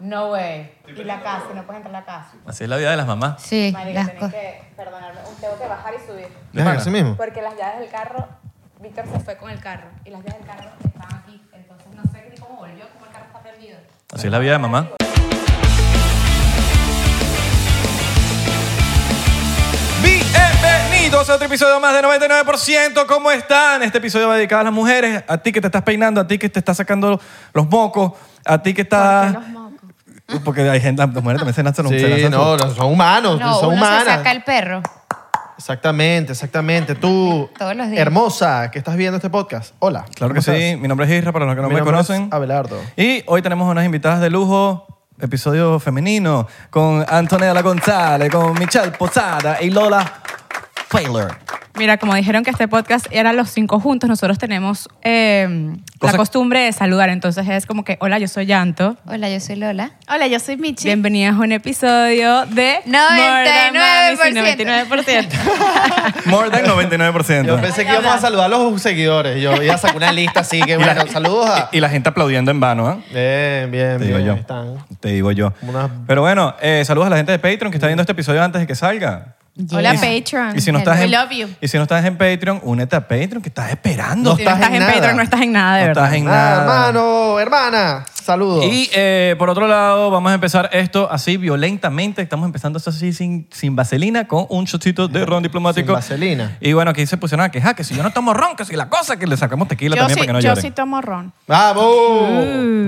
No way. Y la casa, no puedes entrar a la casa. Así es la vida de las mamás. Sí, Marica, las tenés cosas. que perdonarme. Tengo que bajar y subir. Deja así mismo. Porque las llaves del carro, Víctor se fue con el carro. Y las llaves del carro están aquí. Entonces no sé ni cómo volvió, cómo el carro está perdido. Así es la vida de mamá. Bienvenidos a otro episodio más de 99%. ¿Cómo están? Este episodio va dedicado a las mujeres, a ti que te estás peinando, a ti que te estás sacando los mocos, a ti que estás... Porque hay gente, las mujeres también se lanzan se Sí, lanzan no, su- no, son humanos, No, son uno se humanas. saca el perro. Exactamente, exactamente. Tú, Todos los días. hermosa, que estás viendo este podcast. Hola. Claro que ¿cómo estás? sí. Mi nombre es Isra, para los que no Mi me nombre es conocen. Abelardo. Y hoy tenemos unas invitadas de lujo, episodio femenino, con Antonella González, con Michelle Posada y Lola Failer. Mira, como dijeron que este podcast era los cinco juntos, nosotros tenemos eh, la Cosa- costumbre de saludar. Entonces es como que, hola, yo soy Yanto. Hola, yo soy Lola. Hola, yo soy Michi. Bienvenidas a un episodio de 99%. More Than Mami, sí, 99%. More than Yo 99%. pensé que íbamos a saludar a los seguidores. Yo iba a sacar una lista así que, bueno, saludos a... Y la gente aplaudiendo en vano, ¿ah? Bien, bien, Te digo bien. yo. Están. Te digo yo. Como una- Pero bueno, eh, saludos a la gente de Patreon que está viendo este episodio antes de que salga. Hola, Y si- Patreon. Y si no estás We en, love you. Y si no estás en Patreon, únete a Patreon que estás esperando. No si no estás en, nada. Patreon, no estás en nada, de No verdad. estás en Ah, nada. hermano, hermana, saludos. Y eh, por otro lado, vamos a empezar esto así violentamente. Estamos empezando esto así sin, sin vaselina, con un chocito de ron diplomático. Sin vaselina. Y bueno, aquí se pusieron a quejar que si yo no tomo ron, que si la cosa, que le sacamos tequila también para que no lloren. tomo ron. ¡Vamos!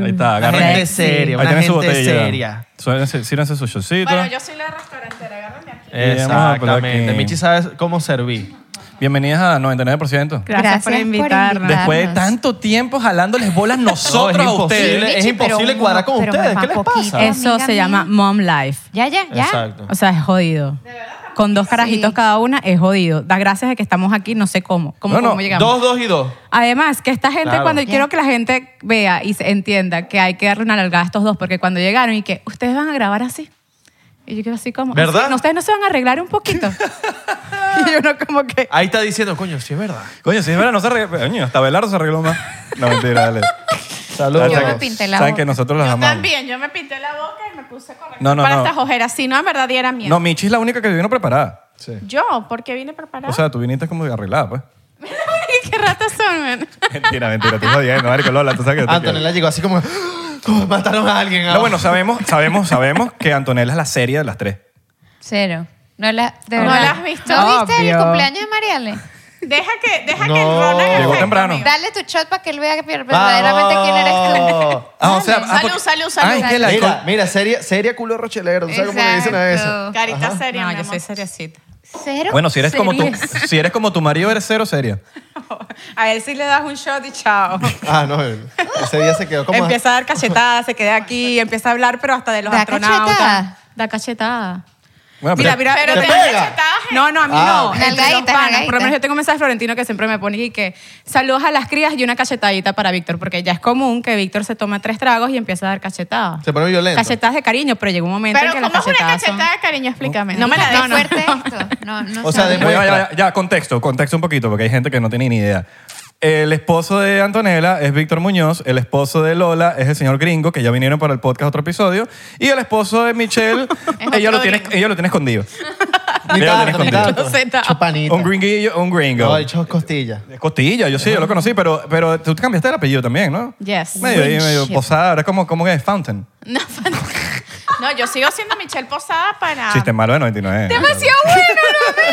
Ahí está, agarren. gente Ahí seria, una tienen su gente botella. seria. Suérense- Sírense su chocito. soy la restaurantera, agárrame aquí. Exactamente. Michi sabe cómo servir. Bienvenidas a 99%. Gracias, por invitarnos. invitarnos. Después de tanto tiempo jalándoles bolas nosotros No, es a ustedes. imposible. es imposible cuadrar con pero ustedes, más ¿qué les poquito, pasa? Ah. Eso amiga se mía. llama Mom Life. Ya, ya, ya. Exacto. O sea, es jodido. Con dos carajitos cada una es jodido. Da gracias a que estamos aquí, no sé cómo. ¿Cómo, No, no, cómo llegamos? Dos, dos y dos. Además, que esta gente, Claro. cuando quiero que la gente vea y se entienda que hay que darle una largada a estos dos, porque cuando llegaron y que ustedes van a grabar así. Y yo quiero así como. ¿Verdad? "Así, ¿no? ustedes no se van a arreglar un poquito. y yo no como que. Ahí está diciendo, coño, sí es verdad. Coño, si es verdad, no se arregló. Coño, hasta Belardo se arregló más. No, mentira, dale. Saludos. Yo me pinté la Saben boca. que nosotros las amamos. yo me pinté la boca y me puse correcta No, no, para no. estas ojeras. Si no, en verdad diera No, Michi es la única que vino preparada. Sí. Yo, porque vine preparada. O sea, tú viniste como arreglada, pues. ¿Qué ratas son, mentira, mentira. Tú jodiendo, Marico Lola, tú sabes que yo te quiero. Antonella llegó Ah, así como, "Oh, mataron a alguien. No, bueno, sabemos, sabemos, sabemos que Antonella es la seria de las tres. Cero. No la, de No verdad. la has visto. ¿No viste el Obvio. cumpleaños de Mariale? Deja que, deja No. que el Ronald haga Llegó temprano. Dale tu shot para que él vea que verdaderamente quién eres tú. Ah, o sea, Dale. ah, porque- Salud, salud, Ah, es salud. que el alcohol- Mira, mira, seria, seria culo rochelero. ¿Tú sabes cómo le dicen a eso? Exacto. Carita seria. No, yo soy seriecita. Cero. Bueno, si eres como tú, series. si eres como tu marido, eres cero seria. A él sí le das un shot y chao. Ah, no, el- ese día se quedó como... Empieza a dar cachetadas, se queda aquí, empieza a hablar, pero hasta de los ¿Da astronautas. cachetada? Da cachetada. Bueno, mira, pero- mira, ¿Te pero pega? No, no, a mí Ah, no. ok. Entre los Nalgadita, panas. nalgadita. Por lo menos yo tengo un mensaje de Florentino que siempre me pone y que saludos a las crías y una cachetadita para Víctor, porque ya es común que Víctor se toma tres tragos y empieza a dar cachetadas. Se pone violento. Cachetadas de cariño, pero llegó un momento Pero en que las ¿cómo es una cachetadas son- cachetada, cariño? Explícame. No me la Qué des. no, no. fuerte esto. No, no O sea, sabía. de- Bueno, ya, ya, ya, contexto, contexto un poquito, porque hay gente que no tiene ni idea. El esposo de Antonella es Víctor Muñoz, el esposo de Lola es el señor gringo, que ya vinieron para el podcast otro episodio, y el esposo de Michelle, ella, lo tiene, ella lo tiene escondido. Ni Mira, tanto, ni tenés tanto. contigo. Chupanita. Un gringuillo, un gringo. No, he hecho costilla. Es Costilla, yo sí, yo lo conocí, pero, pero tú te cambiaste el apellido también, ¿no? Yes. Medio, ahí, medio posada, ahora es como, como que es Fountain. No, pues, no, yo sigo siendo Michelle Posada Ah. para... Chiste malo de 99. Demasiado bueno, no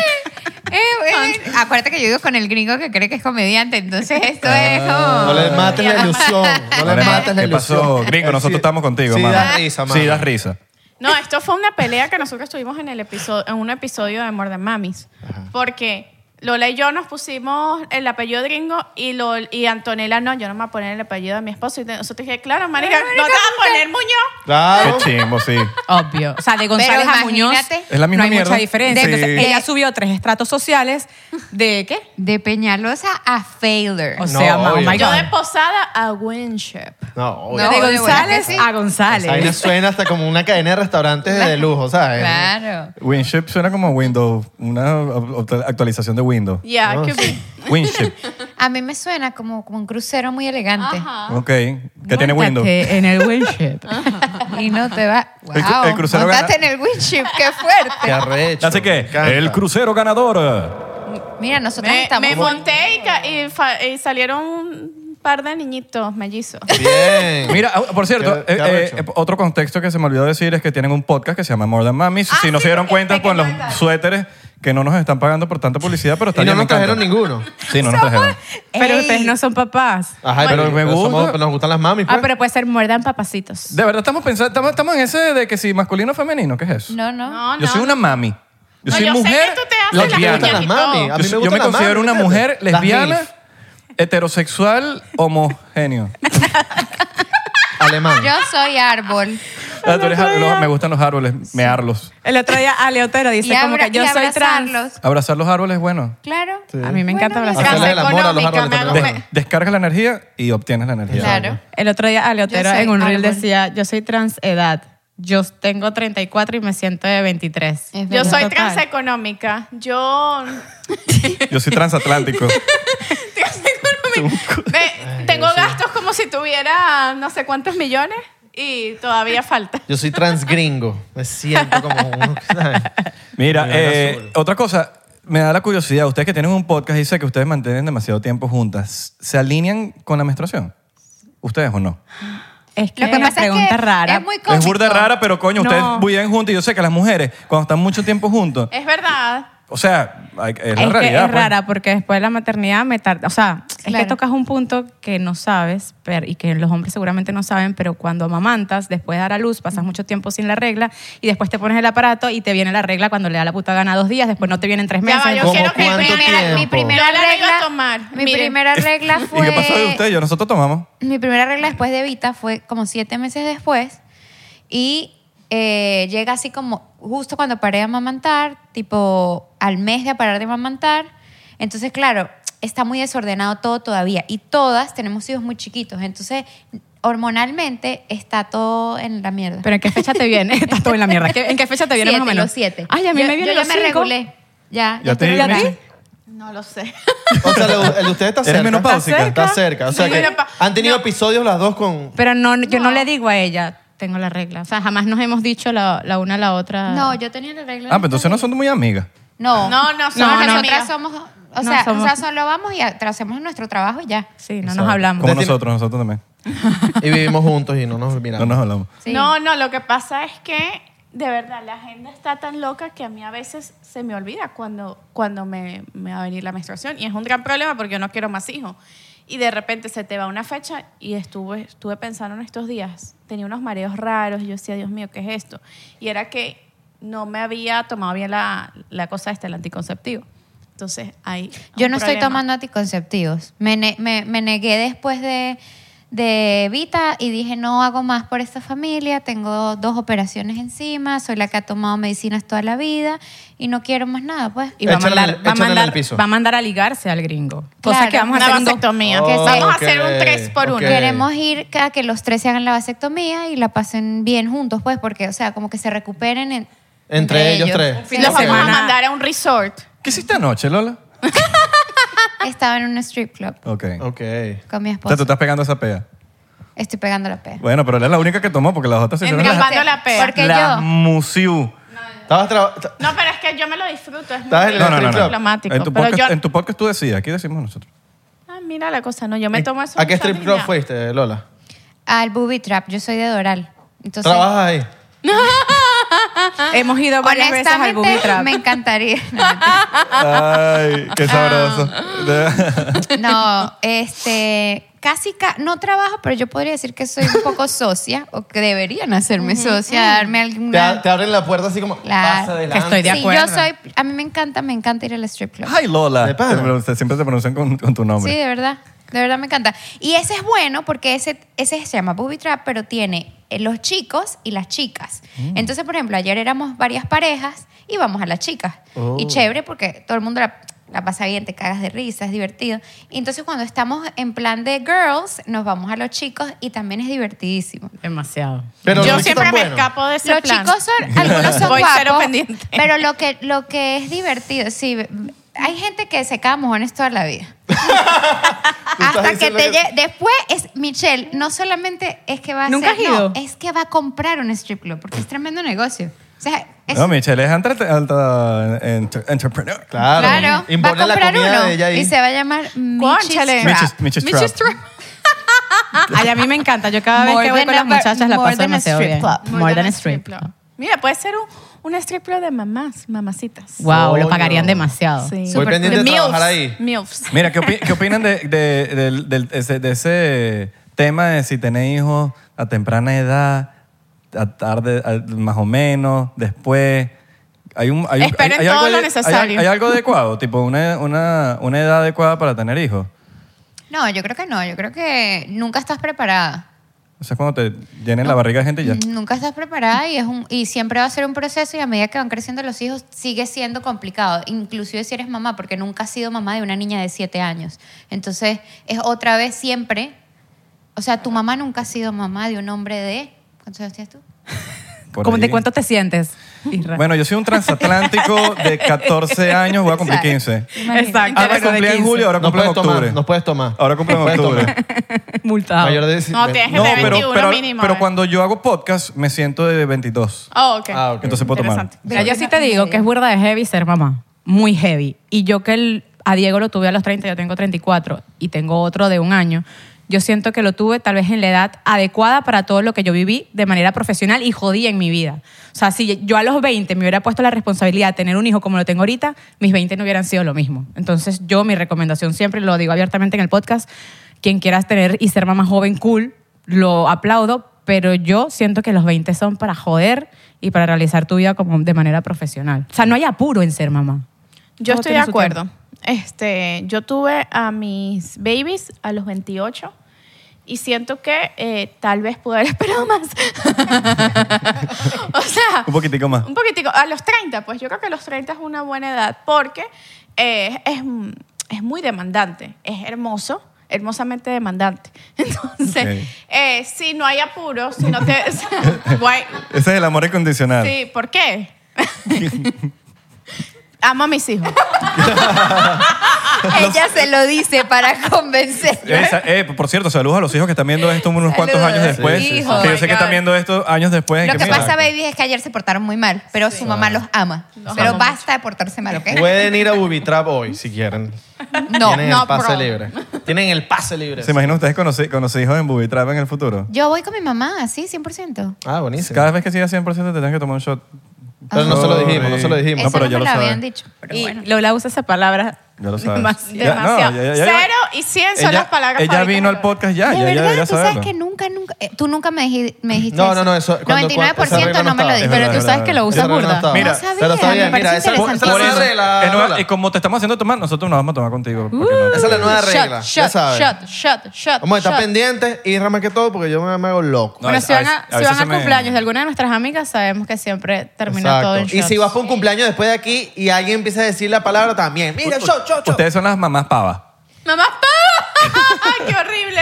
eh, eh, Acuérdate que yo digo con el gringo que cree que es comediante, entonces Ah. esto es como... No le mates la ilusión. No le mates la ¿Qué ilusión. Eh, pasó, gringo? Nosotros Sí, estamos contigo, sí, mano. da risa, mano. Sí, das risa. No, esto fue una pelea que nosotros tuvimos en, el episodio, en un episodio de More Than Mamis. Porque Lola y yo nos pusimos el apellido gringo y, Lol- y Antonella no, yo no me voy a poner el apellido de mi esposo. Y nosotros dije, claro, marica, Claro, no te marica, vas a poner Muñoz. Claro. Qué chimbo, sí. Obvio. O sea, de González a imagínate. Muñoz. Es la no misma hay mierda. mucha diferencia. Sí. Entonces, ella subió tres estratos sociales de qué? De Peñalosa a Failure. O sea, ma- oh obvio. my Yo God. de Posada a Winship. No, obvio. No, de de buena que González sí. a Esa vaina González. suena hasta como una cadena de restaurantes de lujo, ¿sabes? Claro. Winship suena como Windows, una op- actualización de Windows. Yeah, could be. Winship, A mí me suena como, como un crucero muy elegante. Ajá. ok, que tiene Windows. Móntate En el Winship. Y no te va. Wow. El cru- el crucero montaste gana- en el winship, qué fuerte. Qué arrecho. Así me que, encanta. el crucero ganador. Mira, nosotros Me, estamos. me monté y, ca- y fa- y salieron un par de niñitos mellizos. Bien. Mira, ah, por cierto, Qué- eh, qué eh, arrecho. otro contexto que se me olvidó decir es que tienen un podcast que se llama More Than Mummies. Ah, si no sí, se dieron porque- cuenta con los pequeño detalle. suéteres que no nos están pagando por tanta publicidad, pero está Y no bien, me nos trajeron encanta. ninguno. Sí, no nos trajeron. Pero Ey. ustedes no son papás. Ajá, Bueno. pero, me pero somos- gusta. nos gustan las mamis. Ah, pues. pero puede ser muerdan papacitos. De verdad, estamos pensando, estamos, estamos en ese de que si masculino o femenino, ¿qué es eso? No, no. No, no. Yo soy una mami. Yo No, soy yo sé mujer que tú te haces las A mí me lesbiana. gustan las y todo. mamis. A Yo, mí me yo me gustan las considero mamis, una fíjate. mujer Las lesbiana, milf. heterosexual, homogéneo. Alemán. Yo soy árbol. Ah, tú eres otro ar- día- no, me gustan los árboles, mearlos. El otro día Aleotero dice Y, como que abra- yo y soy trans. abrazarlos. Abrazar los árboles es bueno. Claro. A mí me encanta Bueno, abrazar. Hacerle Casa el amor a los económica, árboles me hago también. me- Des- descargas la energía y obtienes la energía. Claro. El otro día Aleotero Yo soy en un reel árbol. decía, yo soy transedad. Yo tengo 34 y me siento de 23. Es Yo verdad. soy Total. transeconómica. Yo Yo soy transatlántico. me- tengo gastos como si tuviera no sé cuántos millones y todavía falta. Yo soy transgringo. Me siento como un... ¿sabes? Mira, Mira, eh, azul. otra cosa, me da la curiosidad. Ustedes que tienen un podcast y sé que ustedes mantienen demasiado tiempo juntas, ¿se alinean con la menstruación? ¿Ustedes o no? Es que Lo es que una pasa es pregunta que rara. es muy cómico. Es burda rara, pero coño, No. ustedes viven juntas y yo sé que las mujeres, cuando están mucho tiempo juntos, Es verdad. o sea, hay- es la Es que realidad. es pues. rara porque después de la maternidad me tarda. O sea, es que Claro. tocas un punto que no sabes pero, y que los hombres seguramente no saben, pero cuando amamantas, después de dar a luz, pasas mucho tiempo sin la regla y después te pones el aparato y te viene la regla cuando le da la puta gana dos días, después no te vienen tres Ya meses. va, yo ¿Cómo quiero que cuánto vean- Primera- mi tiempo? primera Yo la vengo a regla tomar, mi miren. primera regla fue ¿Y qué pasó de ustedes? Yo, nosotros tomamos. mi primera regla después de Vita fue como siete meses después y eh, llega así como justo cuando paré de amamantar, tipo al mes de parar de amamantar. Entonces, claro, está muy desordenado todo todavía y todas tenemos hijos muy chiquitos. Entonces, hormonalmente está todo en la mierda. Pero ¿en qué fecha te viene? Estás todo en la mierda. ¿Qué- ¿En qué fecha te viene Siete, más o menos? los siete. Ay, a mí Yo- me viene yo los ya me cinco. regulé. Ya, ¿Ya te estoy dieron regulada. leche? No lo sé. O sea, lo- el de ustedes está Eres cerca. menopáusica. Está cerca. O sea, Sí, que menopau- han tenido No. episodios las dos con... Pero no, yo no. le digo a ella, tengo la regla. O sea, jamás nos hemos dicho la, la una a la otra. No, yo tenía la regla. Ah, pero entonces no son muy amigas. No, No, no somos nosotras amigas. somos, No o sea, somos- o sea, solo vamos y a- hacemos nuestro trabajo y ya. Sí, no O nos sea, hablamos. Como Decime- nosotros, nosotros también. Y vivimos juntos y no nos miramos. No nos hablamos. Sí. No, no, lo que pasa es que de verdad la agenda está tan loca que a mí a veces se me olvida cuando, cuando me, me va a venir la menstruación y es un gran problema porque yo no quiero más hijos. Y de repente se te va una fecha y estuve, estuve pensando en estos días, tenía unos mareos raros y yo decía, Dios mío, ¿qué es esto? Y era que no me había tomado bien la, la cosa esta, el anticonceptivo. Entonces, ahí... Yo no estoy tomando anticonceptivos. Me, ne- me- me negué después de, de Vita y dije, no hago más por esta familia, tengo dos operaciones encima, soy la que ha tomado medicinas toda la vida y no quiero más nada, pues. Y va a, Échale mandar, al- va, a échale al mandar, piso. va a mandar a ligarse al gringo. Cosa Claro. que vamos a Una hacer un do- vasectomía. Oh, Vamos a ok, hacer un 3 por 1. ok. Queremos ir a que los tres se hagan la vasectomía y la pasen bien juntos, pues, porque, o sea, como que se recuperen en- Entre ellos tres. Un fin Y de los vamos a semana. mandar a un resort. ¿Qué hiciste anoche, Lola? Estaba en un strip club Ok. Ok. con mi O sea, esposo. tú estás pegando esa pea. Estoy pegando la pea. Bueno, pero él es la única que tomó porque las otras se hicieron las- Engrampando la pea. Porque las yo... musiu. Estabas tra- No, pero es que yo me lo disfruto. Es muy ¿Sabes? No, no, no. no. diplomático. En tu, pero podcast, yo, en tu podcast tú decías, aquí decimos nosotros. Ah, mira la cosa, no, yo me tomo eso. ¿A qué strip club fuiste, Lola? Al booby trap, yo soy de Doral. Entonces, ¿Trabajas ahí? Hemos ido varias veces al booby Ah, honestamente, trap. me encantaría. Ay, qué sabroso. No, este, casi, ca- no trabajo, pero yo podría decir que soy un poco socia, o que deberían hacerme socia, darme Te, alguna... te abren la puerta así como, Claro. pasa Que estoy adelante. de Sí, acuerdo. yo soy, a mí me encanta, me encanta ir al strip club. Ay, Lola. De pana. Te pronuncian- Siempre te pronuncian con, con tu nombre. Sí, de verdad. De verdad me encanta. Y ese es bueno porque ese, ese se llama Booby Trap, pero tiene eh, los chicos y las chicas. Entonces, por ejemplo, ayer éramos varias parejas y vamos a las chicas. Oh. Y chévere porque todo el mundo la, la pasa bien, te cagas de risa, es divertido. Y entonces cuando estamos en plan de girls, nos vamos a los chicos y también es divertidísimo. Demasiado. Pero no yo es siempre tan me bueno. escapo de ese Los plan. chicos son, algunos son Voy cero guapos, pendiente. pero lo que, lo que es divertido, sí, hay gente que se caga mojones toda la vida. estás Hasta que diciendo te que- llegue. Después, es, Michelle, no solamente es que va a ¿Nunca hacer- has no, ido? es que va a comprar un strip club, porque es tremendo negocio. O sea, es, No, Michelle es alta, alta entre- entrepreneur. Claro. claro, va Impone a la comprar comida uno de ella ahí. y se va a llamar Cónchale. Michelle. Mitch's- Mitch's Trap. Ay, a mí me encanta. Yo cada vez Ah, More que voy than con las a- muchachas la more paso than a demasiado strip bien. Ah, club. More than a strip club. club. Mira, puede ser un, un strip club de mamás, mamacitas. Wow, lo Coño. pagarían demasiado. Sí. Voy Super- pendiente de Milfs, trabajar ahí. Milfs. Mira, ¿qué, opi- qué opinan de, de- del- del- ese- de ese tema de si tenéis hijos a temprana edad, a tarde, a- más o menos, después? Hay un, hay un- Esperen hay- hay todo algo lo de- hay- necesario. Hay, algo adecuado? Tipo, una, una, una edad adecuada para tener hijos. No, yo creo que no. Yo creo que nunca estás preparada. O sea, cuando te llenen la barriga de gente y ya. Nunca estás preparada y, es un, y siempre va a ser un proceso y a medida que van creciendo los hijos sigue siendo complicado, inclusive si eres mamá, porque nunca has sido mamá de una niña de 7 años. Entonces es otra vez siempre, o sea, tu mamá nunca ha sido mamá de un hombre de... ¿Cuántos años tienes tú? Por ¿Cómo ahí. te cuánto te sientes? Isra? Bueno, yo soy un transatlántico de 14 años, voy a cumplir 15. Exacto. Antes eso de cumplía Ah, en 15. julio, ahora No cumple en puedes tomar, octubre. no puedes tomar. Ahora cumple en Puedes octubre. tomar. Ah, Multado. Mayor de No, tienes que No, tener pero, 21 pero, mínimo. pero ¿eh? cuando yo hago podcast me siento de 22. Oh, ok. Ah, ok. Entonces puedo tomar. Interesante. Mira, yo sí Veintiuno te y digo medio. que es burda de heavy ser mamá. Muy heavy. Y yo que el- a Diego lo tuve a los 30, yo tengo 34 y tengo otro de un año. Yo siento que lo tuve tal vez en la edad adecuada para todo lo que yo viví de manera profesional y jodí en mi vida. O sea, si yo a los 20 me hubiera puesto la responsabilidad de tener un hijo como lo tengo ahorita, mis 20 no hubieran sido lo mismo. Entonces, yo mi recomendación siempre, lo digo abiertamente en el podcast, quien quieras tener y ser mamá joven, cool, lo aplaudo, pero yo siento que los 20 son para joder y para realizar tu vida como de manera profesional. O sea, no hay apuro en ser mamá. Yo Todo estoy de tiene su acuerdo. tiempo. Este, yo tuve a mis babies a los 28 y siento que eh, tal vez pude haber esperado más. o sea, Un poquitico más. un poquitico. A los 30, pues yo creo que los 30 es una buena edad porque eh, es, es muy demandante, es hermoso, hermosamente demandante. Entonces, Ok. eh, si no hay apuro, si no te... Guay. Ese es el amor incondicional. Sí, ¿por qué? Amo a mis hijos. Ella se lo dice para convencer. Esa- eh, por cierto, saludos a los hijos que están viendo esto unos cuantos Saludos. años después. Sí, sí, sí. Que yo Oh sé my que están God. viendo esto años después. Lo que que mira, pasa, baby, es que ayer se portaron muy mal, pero su mamá los ama. Los pero amo basta de portarse mal, ¿ok? Pueden ir a Bubitrap hoy si quieren. No, Tienen no el pase problem. libre. Tienen el pase libre. ¿Se imaginan ustedes conoci- conocidos en Booby Trap en el futuro? Yo voy con mi mamá, así, 100%. Ah, buenísimo. Cada vez que sigas 100% te tienes que tomar un shot. Pero no se lo dijimos, no se lo dijimos. Eso No, pero no ya me lo lo habían saben. dicho. Y Lola usa esa palabra Ya lo sabes. demasiado. Ya, no, Demasiado. ya- ya- ya- Cero y cien son Ella- las palabras Ella favoritas vino de al podcast Ah, ya. de ya, ya verdad, debería tú sabes saberlo. que nunca, nunca. eh, tú nunca me, dij- me dijiste. No, eso. no, no, eso- cuando- 99% cuando- esa regla no me no lo estaba. dijiste. Es Pero tú verdad, sabes que verdad. lo usas Ah. Esa regla no burda. estaba. Mira, no sabía, pero está bien, me parece mira, esa- interesantísimo. Por eso- Es nueva- Lola. y como te estamos haciendo tomar, nosotros nos vamos a tomar contigo. porque no- Esa es la nueva regla. ya Shot, sabes. shot, shot, shot. Vamos a estar shot. pendientes y más que todo porque yo me, me hago loco. No, Bueno, a- si van a- a, a si veces van a me- cumpleaños de alguna de nuestras amigas, sabemos que siempre termina Exacto. todo en Y shots. si vas para un cumpleaños después de aquí y alguien empieza a decir la palabra también. Mira, shot, shot, shot. Ustedes son las mamás pavas. Mamá, ¡pava! ¡Qué horrible!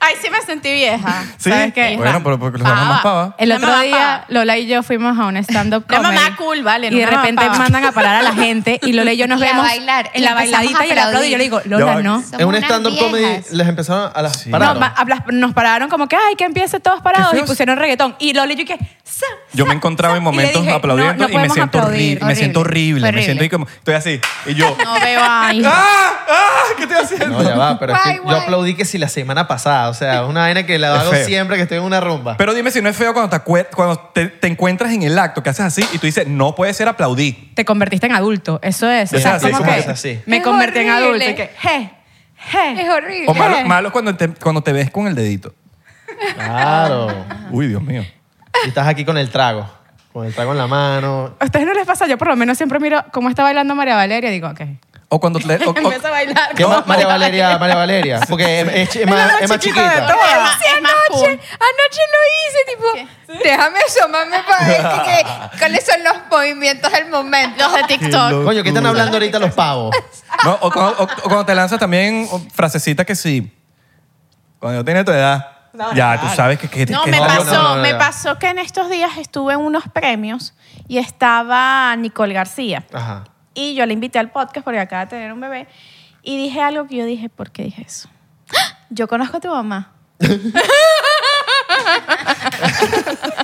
Ay, sí me sentí vieja. Sí. ¿Sabes qué? Bueno, pero porque los mamás pavas. El La otro mamá día pava. Lola y yo fuimos a un stand-up La comedy. mamá cool, vale, no Y de una mamá repente pava. mandan a parar a la gente y Lola y yo nos Y a vemos bailar, en y la empezamos bailadita a y el aplauso. Y aplaudir. yo le digo, Ya Lola, va. no. Somos En un unas stand-up comedy viejas. les empezaron a las Sí. No, pararon. ma- hablas- nos pararon como que, ay, que empiece todos parados Qué y feos. pusieron reggaetón. Y Lola y yo que, "Sa, Yo sa, me encontraba sa", en y le momentos dije, aplaudiendo "No, no y me podemos siento horrible, aplaudir". me siento horrible, me Horrible. siento ahí como estoy así y yo No veo ahí. ¡Ah! ¡Ah! ¿Qué estoy haciendo? No, ya va, pero es que Guay, yo guay. aplaudí que si la semana pasada, o sea, una vaina que la Es hago feo. siempre que estoy en una rumba. Pero dime si no es feo cuando te, acue- cuando te, te encuentras en el acto que haces así y tú dices, no puede ser aplaudí. Te convertiste en adulto, eso es. O Es sea, así, como como que es así. me Es convertí en adulto. horrible. Y que, je, je. Es horrible. O malo, malo es cuando te, cuando te ves con el dedito. Claro. Uy, Dios mío. Y estás aquí con el trago, con el trago en la mano. ¿A ustedes no les pasa? Yo por lo menos siempre miro cómo está bailando María Valeria y digo, ok. O cuando te... o- o- Empiezo a bailar. ¿Qué más, María Valeria? María Valeria, porque es, es- es más, es más chiquita de chiquita. todo. Es más- es más cool. Anoche lo hice, tipo, déjame asomarme para ver qué- qué- cuáles son los movimientos del momento. Los de TikTok. Coño, ¿qué están hablando ahorita los pavos? No, o, cuando, o- o cuando te lanzas también o, frasecitas que sí. Cuando yo tenía tu edad, ya tú sabes que... que No, que- me no, pasó, no, no, me no. pasó que en estos días estuve en unos premios y estaba Nicole García. Ajá. Y yo la invité al podcast porque acaba de tener un bebé. Y dije algo que yo dije, ¿por qué dije eso? ¡Ah! Yo conozco a tu mamá.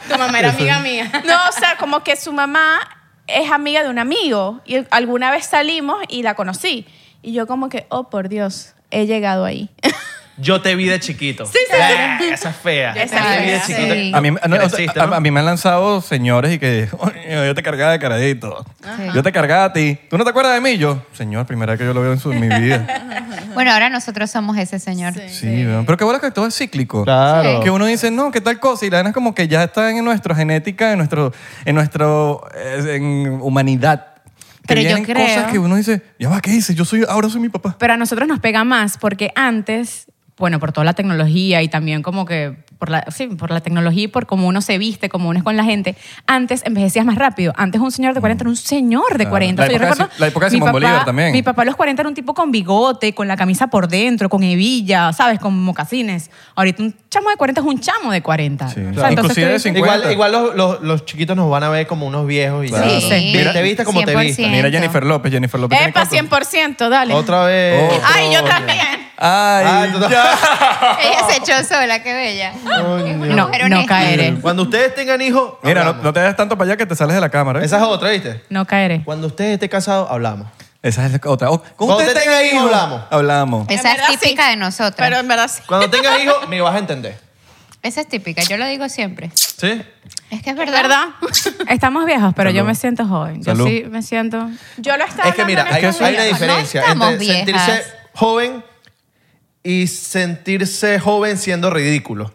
Tu mamá era amiga mía. No, o sea, como que su mamá es amiga de un amigo y alguna vez salimos y la conocí. Y yo como que, oh, por Dios, he llegado ahí. Yo te vi de chiquito. Sí, sí, Esa es fea. Yo Esa te vi de también, chiquito. sí. A mí, no, o sea, Creciste, a- ¿no? a mí me han lanzado señores y que "Coño, yo te cargaba de caradito. Yo te cargaba a ti. ¿Tú no te acuerdas de mí? Yo, señor, primera vez que yo lo veo en, su, en mi vida. Bueno, ahora nosotros somos ese señor. sí, weón. pero qué bueno que todo es cíclico. Claro. Que uno dice, no, qué tal cosa. Y la vaina es como que ya está en nuestra genética, en nuestro, en nuestro, eh, en humanidad. Que Pero yo vienen creo- cosas que uno dice, ya va, ¿qué hice? Yo soy, ahora soy mi papá. Pero a nosotros nos pega más porque antes, bueno, por toda la tecnología y también como que por la, sí, por la tecnología y por cómo uno se viste, cómo uno es con la gente, antes envejecías más rápido. Antes un señor de 40 era un señor de Claro. 40. La época de Si- la época de mi Simón papá- Bolívar también. Mi papá a los 40 era un tipo con bigote, con la camisa por dentro, con hebilla, ¿sabes? Con mocasines. Ahorita un chamo de 40 es un chamo de 40. Sí. O sea, Claro. entonces tú Inclusive dices- sin- Igual, 50. igual los, los, los chiquitos nos van a ver como unos viejos y ya. Claro. Sí. Mira, te viste como te viste. 100%. Mira Jennifer López, Jennifer López. tiene Epa, cuánto? 100%, dale. Otra vez. Otro. Ay, yo también. Ah, Ay, tú- ya. Ella se echó sola, qué bella. Coño. No, Pero no honesta. caeré. Cuando ustedes tengan hijos, Mira, no, hablamos. no te des tanto para allá que te sales de la cámara. ¿eh? Esa es otra, ¿viste? No caeré. Cuando ustedes estén casados, hablamos. Esa es la otra. Oh, Cuando usted usted tenga tenga hijos, hijos, hablamos. Hablamos. Eh, Esa En es verdad, típica sí. de nosotros. Pero en verdad sí. Cuando tengas hijos, me vas a entender. Esa es típica, yo lo digo siempre. ¿Sí? Es que es ¿Es verdad. ¿Verdad? Estamos viejos, pero yo Salud. me siento joven. Yo Salud. sí me siento... Yo lo estaba Es que hablando mira, en hay, estos hay una días. diferencia No estamos entre sentirse viejas. joven y sentirse joven siendo ridículo.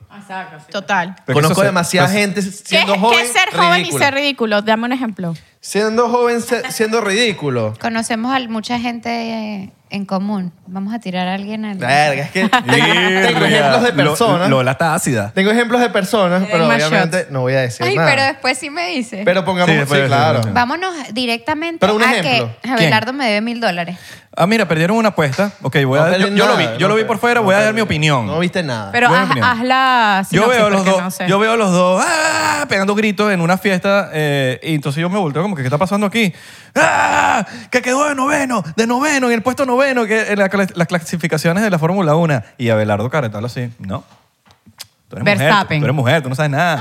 Total. Pero que eso Conozco se- demasiada pues- gente ¿Qué, siendo qué joven. es ser joven ridícula. y ser ridículo? Dame un ejemplo. Siendo joven, se- siendo ridículo. Conocemos a mucha gente eh, en común. Vamos a tirar a alguien al. Verga, es que tengo, Irria. tengo ejemplos de Lo- personas. Lola está ácida. Tengo ejemplos de personas, pero más obviamente no voy a decir Ay, nada. pero después sí me dice. Pero pongamos, Sí, sí, después de- claro. de- Vámonos directamente Pero un a ejemplo. que Abelardo me debe mil dólares. Ah, mira, perdieron una apuesta. Ok, voy No a, yo, perdí yo lo vi, nada, yo no lo vi perdí, por fuera, no voy a dar perdí. mi opinión. No viste nada. Pero Buena haz, opinión. hazla... yo pues, veo los dos, No sé. yo veo los dos ¡ah! pegando gritos en una fiesta eh, y entonces yo me volteo como que qué está pasando aquí ¡Ah! que quedó de noveno, de noveno en el puesto noveno que en la clas- las clasificaciones de la Fórmula 1 y Abelardo Carretal así, no. Tú eres mujer, Verstappen. ¡Ah! tú- tú eres mujer, tú no sabes nada.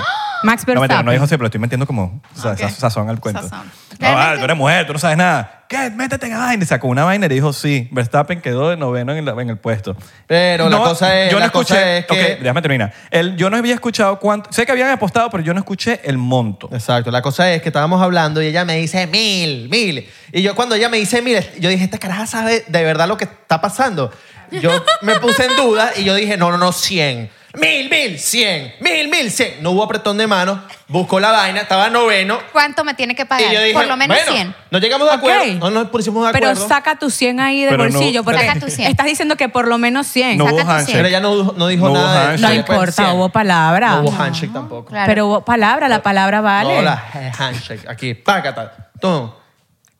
Max No, mentira, Verstappen. no dijo así, pero estoy metiendo como o sea, Ok. sa- sazón al cuento. Sazón. No, vale, Realmente- tú eres mujer, tú no sabes nada. ¿Qué? Métete en la vaina. Y sacó una vaina y le dijo, sí, Verstappen quedó de noveno en, la- en el puesto. Pero la cosa es- Yo no la escuché. cosa es que- Ok, déjame terminar. El- yo no había escuchado cuánto. Sé que habían apostado, pero yo no escuché el monto. Exacto. La cosa es que estábamos hablando y ella me dice mil, mil. Y yo cuando ella me dice mil, yo dije, esta caraja sabe de verdad lo que está pasando. Yo me puse en duda y yo dije, no, no, no, cien. Mil, mil, cien. Mil, mil, cien. No hubo apretón de mano. Buscó la vaina. Estaba noveno. ¿Cuánto me tiene que pagar? Y yo dije, Por lo menos bueno, 100. No llegamos de acuerdo. Ok. No nos pusimos de acuerdo. Pero saca tu 100 ahí de Pero no- bolsillo, porque Saca tu 100. estás diciendo que por lo menos 100. No saca hubo tu handshake. Pero ella no, no dijo No hubo nada. de eso. no handshake. Después, importa, cien. hubo palabra. No hubo handshake tampoco. Claro. Pero hubo palabra, la palabra vale. No, la eh, handshake. Aquí, pácata. Todo.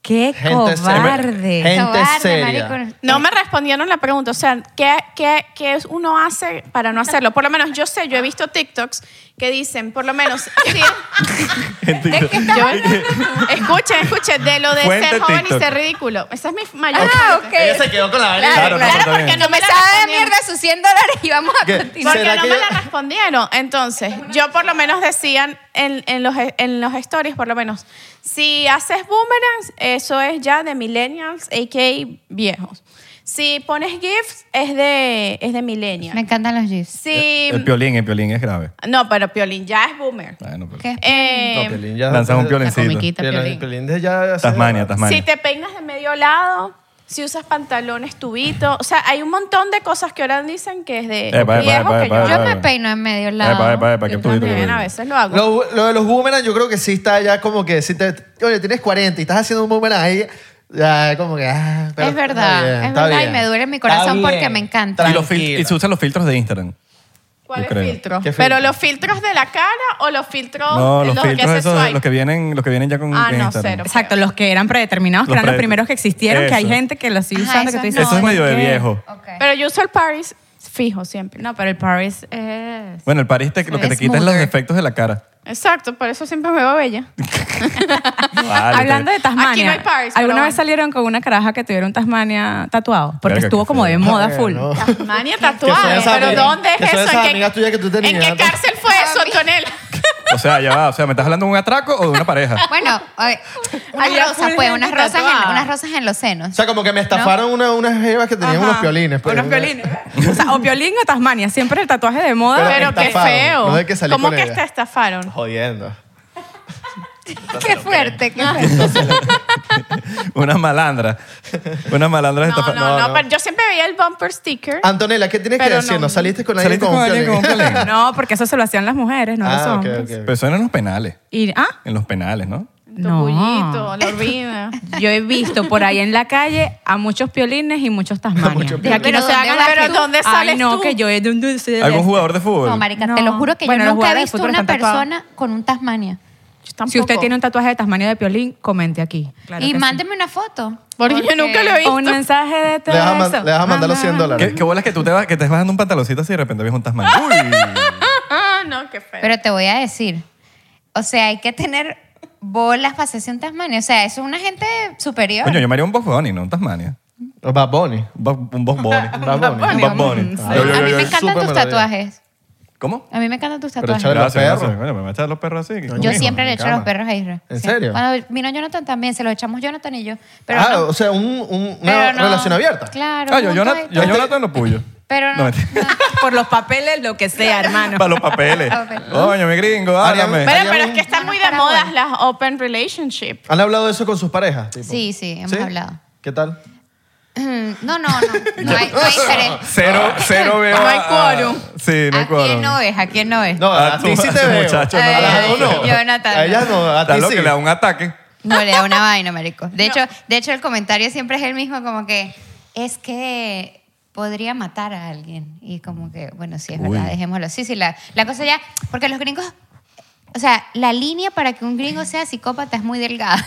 Qué Gente se- cobarde. Gente Cobarde, seria. marico. No me respondieron la pregunta. O sea, ¿qué, qué, qué es- uno hace para no hacerlo? Por lo menos yo sé, yo he visto TikToks que dicen, por lo menos, sí, Es que estás yo- hablando- escuchen, escuchen, de lo de Fuente ser joven TikTok. y ser ridículo. Esa es mi mayor Ah, pregunta. ok. Ella se quedó con la vaina. Claro, Claro, no, claro, está porque bien. no me No sabe me de respondieron. mierda sus 100 dólares y vamos a ¿Qué? continuar. Porque ¿Será no que me yo- la respondieron. Entonces, yo por lo menos decían en, en los, en los stories, por lo menos, si haces boomerangs, eso es ya de millennials, a.k.a. viejos. Si pones GIFs, es de, es de Me millennials. encantan los gifs. Si, Eh, El piolín, el piolín es grave. no, pero Piolín ya es boomer. Bueno, pero- ¿Qué? Eh, No, Piolín ya- Lanzas un La piolincito. comiquita, Piolín- Piolín. Piolín de ya hace- Tasmania, si Tasmania. te peinas de medio lado, si usas pantalones tubito, o sea, hay un montón de cosas que ahora dicen que es de Epa, epa, viejos epa, que epa, yo Yo vale. me peino en medio Epa, lado. epa, epa, qué Yo putito. también. también a veces lo hago. Lo, lo de los boomerang yo creo que sí está ya como que si te oye tienes 40 y estás haciendo un boomerang ahí ya como que ah, pero Es está verdad, bien, es está verdad, y bien. me duele mi corazón Está porque bien, me encanta. Y, los fil- tranquila. y se usan los filtros de Instagram. ¿Cuál Yo es creo. filtro? ¿Qué filtro? ¿Pero los filtros de la cara o los filtros No, los que filtros hace esos, swipe? los que vienen, los que vienen ya con Ah, con no, Instagram. cero. Exacto, los que eran predeterminados, que Los eran los prede- primeros que existieron, que hay Eso. gente que los sigue Ajá, usando, que esos tú dices, Eso es "¿Por medio de qué?". viejo. Ok. Pero yo uso el Paris. fijo siempre. No, pero el Paris Eh, es... Bueno, el París te- lo que te Es quita es los smoother. defectos de la cara. Exacto, por eso siempre me veo bella. Vale, Hablando de te- Tasmania, Aquí no hay Paris, pero ¿alguna vez bueno. salieron con una caraja que tuviera un Tasmania tatuado? Porque Verga, estuvo qué como feo. de moda full. No. Mania Ah, Que son tatuada. esas ¿Pero amigas- dónde es que son eso? esas ¿En amigas tuyas que tú tenías, ¿En qué ¿no? cárcel fue eso, Tonel? O sea, ya va. O sea, ¿me estás hablando de un atraco o de una pareja? Bueno, eh, Hay unas full rosas, pues, gente unas rosas, en, tatuada. unas rosas en los senos. O sea, como que me estafaron una- unas jevas que tenían Ajá. unos piolines. pues. Unos violines. o sea, o violín o Tasmania. Siempre el tatuaje de moda. Pero- Pero qué estafaron, feo. no es que salí ¿Cómo con que ella. te estafaron? Jodiendo. qué fuerte, qué fuerte. Una malandra. Una malandra No, estafa- no, no, no. pero yo siempre veía el bumper sticker. Antonella, ¿qué tienes que Pero decir? no. ¿No saliste con alguien ¿Saliste con con un alguien con un piolín? violín? no, porque eso se lo hacían las mujeres, no los Ah, ok, hombres. ok, ok. Pues Pero eso era en los penales. Y, ah, En los penales, ¿no? Tu no. pollito, la urbina. Yo he visto por ahí en la calle a muchos piolines y muchos Tasmania. Muchos y aquí piolines. no se Pero hagan ¿dónde vas las- tú? ¿Dónde Ay, sales no, tú? que yo he de un dulce. ¿Algún jugador de fútbol? No, marica, No. te lo juro que Bueno, yo los nunca he jugadores de visto fútbol una están tatuados. persona con un Tasmania. Yo tampoco. Si usted tiene un tatuaje de Tasmania de piolín, comente aquí. Claro y que sí. mándeme una foto. Porque yo nunca lo he O un visto. mensaje de Le texto. vas a man- le vas a mandar los 100 Ah. dólares. ¿Qué, qué bolas que tú te vas, que te vas dando un pantaloncito así y de repente ves un Tasmania? Uy. Ah, no, qué feo. Pero te voy a decir, o sea, hay que tener bolas para hacerse un Tasmania. O sea, eso es una gente superior. Coño, yo me haría un Bob Bunny, no un Tasmania. Bad Bunny. Bo- Un Bob Bunny. Bad Bunny. Un Bob Bunny. Sí. Yo, yo, a yo, mí yo. me encantan Súper tus melodía. tatuajes. ¿Cómo? A mí me encantan tus Pero tatuajes. échale los Gracias, gracias. perros. Bueno, pues me voy a echar los perros así. Yo Coño, siempre mi le echo los cama. perros a Israel. ¿En Sí. serio? Cuando vino Jonathan también, se los echamos Jonathan y yo. Pero ah, no- o sea, un, un- una pero no- relación abierta. Claro. Ah, yo, juntos Jonathan, y yo todo. Jonathan lo puyo. Pero no. mentira. Por los papeles, lo que sea, hermano. Para los papeles. Ok. Coño, mi gringo, Haría- háblame. Ve- Pero, pero es que Ah, están muy de Para moda bueno. las open relationship. ¿Han hablado de eso con sus parejas? tipo? Sí, sí, hemos hablado. ¿Qué tal? No, no, no. No hay, no hay interés. Cero, cero veo. No hay a- a- quórum. Sí, no hay ¿A quién quórum. no es? ¿A quién no es? No, a, A tu- ti sí a te tu veo. muchacho, no. a las dos no. Ay, Jonathan. A ellas no, a ti Está loco, sí. le da un ataque. No le da una vaina, marico. De, hecho, de hecho, el comentario siempre es el mismo, como que es que podría matar a alguien. Y como que, bueno, sí, es Uy. verdad, dejémoslo. Sí, sí, la, la cosa ya, porque los gringos, o sea, la línea para que un gringo sea psicópata es muy delgada.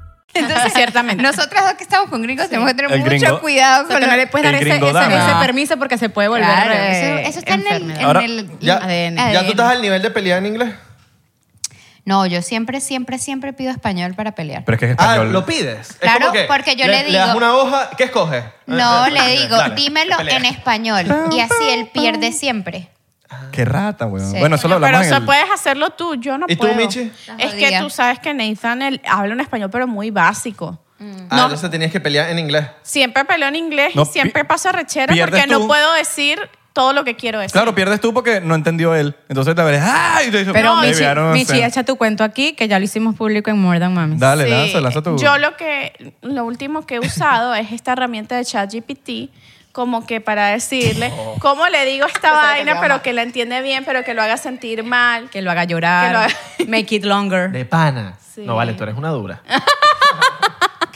Entonces, Ciertamente. Nosotras dos que estamos con gringos tenemos que tener El mucho gringo- cuidado O sea, con que no le puedes dar El ese, gringo ese- dama. ese permiso porque se puede volver. Claro, eso, eh, eso está en el, en enfermedad. Ahora, el- Ya, ADN. ya tú estás al nivel de pelea en inglés. No, yo siempre, siempre, siempre pido español para pelear. Pero es que es Ah, español. lo pides. Es Claro, como que porque yo le Le das digo- una hoja, ¿qué escoges? No, Ah, Eh, eh, le eh, digo, dale, dímelo pelea. en español. Y así él pierde siempre. Qué rata, weón. Sí. Bueno, eso lo Pero hablamos eso en el... puedes hacerlo tú, yo no ¿Y tú, puedo. Michi? Es que Jodida. tú sabes que Nathan él habla un español, pero muy básico. Ah, entonces tenías que pelear en inglés. Siempre peleo en inglés No, y siempre pi- paso rechera pierdes porque tú. no puedo decir todo lo que quiero decir. Claro, pierdes tú porque no entendió él. Entonces te verás, ¡ay! Y te dice, Pero "No, Michi, baby, I don't Michi, understand". echa tu cuento aquí, que ya lo hicimos público en More Than Mami. Dale, Sí. lanza, lanza tu... Yo lo que lo último que he usado es esta herramienta de ChatGPT como que para decirle Oh. cómo le digo esta vaina, pero que la entiende bien, pero que lo haga sentir mal. Que lo haga llorar. Que Make it longer. De pana. No vale, tú eres una dura.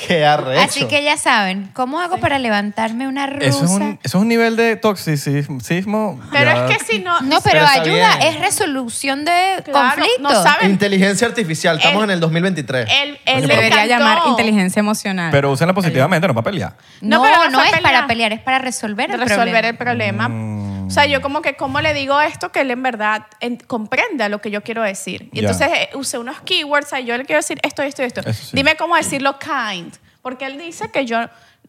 Qué arrecho. Así que ya saben, ¿cómo hago para levantarme una rusa? Eso es, un, eso es un nivel de toxicismo. Pero ya- es que si no No, Pero pero, está ayuda, bien. es resolución de Claro, conflicto. no saben. Inteligencia artificial. Estamos El- en el 2023. él, él Se le debería encantó. llamar inteligencia emocional. Pero úsenla positivamente, no para pelear. No, No, no, pero no fue es para pelear. pelear, es para resolver el resolver problema. el problema. O sea, Mm. yo como que, ¿cómo le digo esto? Que él en verdad en- comprenda lo que yo quiero decir. Y Ya. entonces eh, usé unos keywords, ahí yo le quiero decir esto, esto, esto. Eso sí. Dime cómo decirlo kind. Porque él dice que yo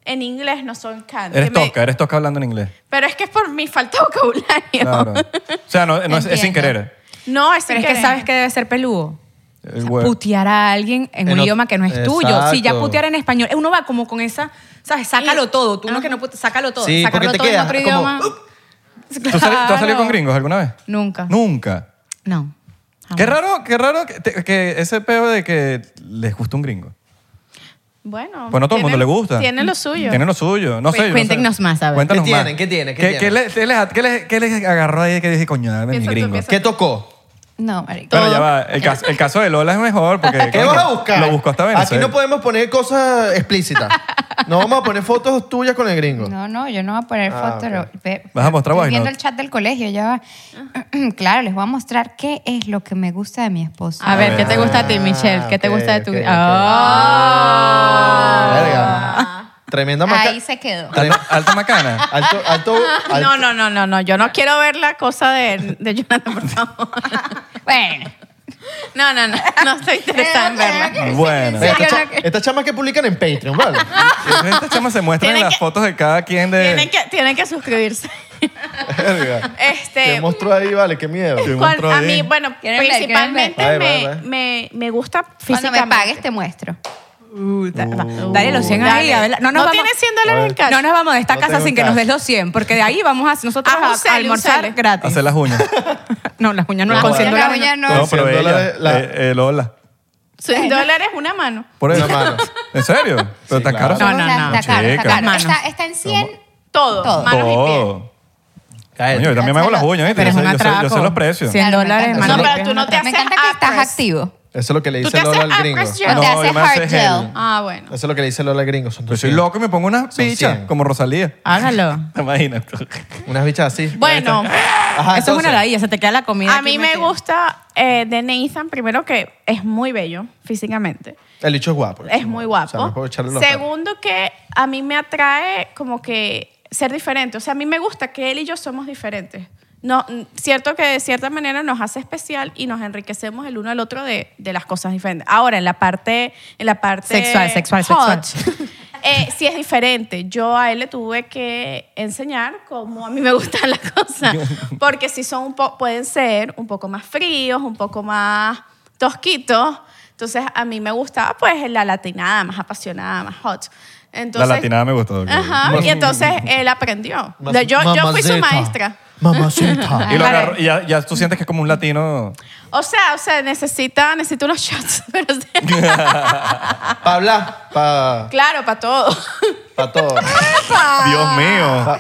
en inglés no soy kind. que Eres me- tosca, eres tosca hablando en inglés. pero es que es por mi falta de vocabulario. Claro. O sea, no, no es, es sin Entiendo. querer. No, es, Pero es que sabes que debe ser peludo. El huevo. Putear a alguien en En un ot- idioma que no es tuyo. Exacto. Si ya putear en español, uno va como con esa, ¿sabes? Sácalo todo. Tú no que no pute- sácalo todo. Sí, Sacarlo porque te todo en quedas otro como, idioma. ¿Tú, sali- tú has salido Claro. Ah. con gringos alguna vez? Nunca. Nunca. No. Ah. Qué raro, qué raro que, te- que ese peo de que les gusta un gringo. Bueno. Pues no a todo el mundo tiene- le gusta. Tiene lo suyo. Tiene lo suyo. No sé. yo no sé. Cuéntenos más, a ver. Cuéntanos ¿Qué más. tienen? ¿Qué tienen? ¿Qué ¿Qué, qué tienen? les, qué les- qué les- qué les agarró ahí que dije, coño, dame mi Piensa tú, gringo? piensa ¿Qué tocó? No, marico. Pero Todo. ya va. El caso, el caso de Lola es mejor porque. ¿Qué vas a buscar? Lo buscó hasta Aquí Venezuela. no podemos poner cosas explícitas. No vamos a poner fotos tuyas con el gringo. No, no, yo no voy a poner Ah, fotos. ok. lo- ve- ¿Vas a mostrar estoy Why viendo Not? el chat del colegio, ya va. claro, les voy a mostrar qué es lo que me gusta de mi esposo. A ver, ¿qué te gusta a ti, Michelle? ¿Qué te ok, gusta de tu... ok, ok. Ah. Verga. Tremenda maca- Ahí se quedó. Tre- Alta macana. Alto, alto, alto- No, no, no, no, no. Yo no quiero ver la cosa de, de Jonathan, por favor. Bueno. No, no, no. No estoy interesada en verla. Bueno. Mira, Estas cha- estas chamas que publican en Patreon, ¿vale? Estas chamas se muestran en Tienen las que- fotos de cada quien Tienen de. que, tienen que suscribirse. Verga. Te Este. mostró ahí, vale, qué miedo. cuan- monstruo a ahí. mí, bueno, ¿Quieren ver? ¿Quieren ver? principalmente Ahí va, ahí me, va. me, me gusta Cuando físicamente. me pagues te muestro. Dale los 100 ahí. Dale. a ver, No, nos no vamos- tiene 100 dólares en cash. No nos vamos de esta No casa tengo sin que cash. nos des los 100, porque de ahí vamos a nosotros Ah, a, usale, almorzar usale. gratis. Hacer las uñas. No, las uñas no, No, con las 100 La dólares. uña no. no. No, pero 100 ella. dólares la- eh, eh, Lola. 100 dólares una mano. Por Una eso. mano. ¿En serio? Pero Sí, tan claro. caro. No, no, no. Está caro, está Chica. caro. Manos. Está, está en 100. Todo. Todo. Manos y pies. Todo. Coño, yo también me hago las uñas, ¿viste? Pero Yo es sé- un yo sé- atraco. Yo sé los precios. 100 Claro, me dólares, encanta. No, mano. pero tú no te Me haces encanta que estás apres. activo. Eso es lo que le Tú dice te haces Lola al gringo. Ah, apres, yo- No, te haces yo me hace hard gel. Ah, bueno. Eso es lo que le dice Lola al gringo. Son Yo soy 200. loco y me pongo unas Son pichas, 100. como Rosalía. Hágalo. ¿Te imaginas? Unas bichas así. Bueno, Eso Ajá, es entonces, una ladilla, se te queda la comida. a aquí mí me metida. gusta eh, de Nathan, primero que es muy bello físicamente. El bicho es guapo. Es muy O sea, guapo. no puedo echarle los Segundo, que a mí me atrae como que ser diferente. O sea, a mí me gusta que él y yo somos diferentes. No, mm, cierto que de cierta manera nos hace especial y nos enriquecemos el uno al otro de, de las cosas diferentes. Ahora, en la parte, en la parte Sexual, sexual, hot, sexual. eh, sí es diferente. Yo a él le tuve que enseñar cómo a mí me gustan las cosas. Porque si son un po- pueden ser un poco más fríos, un poco más tosquitos. Entonces a mí me gustaba pues la latinada, más apasionada, más hot. La Entonces, latinada me gustó. Ajá, y entonces él aprendió. Mas- yo, yo fui su mamacita. maestra. Mamacita. Y, lo agarró- y ya, ya tú sientes que es como un latino. O sea, o sea, necesita, necesita unos shots. pero sí. Para hablar, para claro, para todo. todo. Ah, Ah. Dios mío.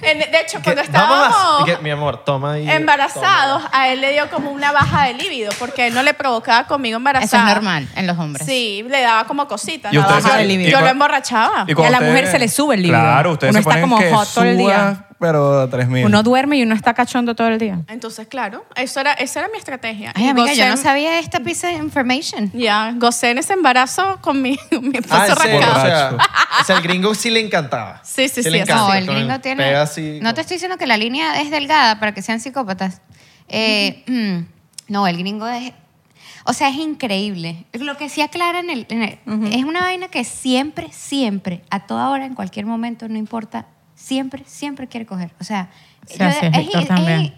En- De hecho, Que- cuando vamos a- estábamos... que- mi amor, toma ahí. embarazados, a él le dio como una baja de líbido porque él no le provocaba conmigo Eso es embarazada. normal en los hombres. Sí, le daba como cositas. Y la ustedes baja se- de libido. y Yo cua- lo emborrachaba. Y a la cuando mujer ustedes- se le sube el libido. Claro, ustedes Uno se está ponen como que hot todo el suba, día. Pero a 3000. Uno duerme y uno está cachondo todo el día. Entonces, claro, eso era, esa era mi estrategia. Ay, Y amiga, gocé- yo no sabía esta piece de information. Ya, gocé en ese embarazo con mi, mi Ah, esposo ¿en serio? rascado. O sea, o sea, el gringo sí le encantaba. Sí, sí, le sí, encanta. Casi, No, el Con gringo tiene. pega así, no te estoy diciendo que la línea es delgada para que sean psicópatas. Eh, mm, no, el gringo es. O sea, es increíble. Lo que sí aclara en el, en el- es una vaina que siempre, siempre, a toda hora, en cualquier momento, no importa, siempre, siempre quiere coger. O sea, Sí, así es, Víctor, también.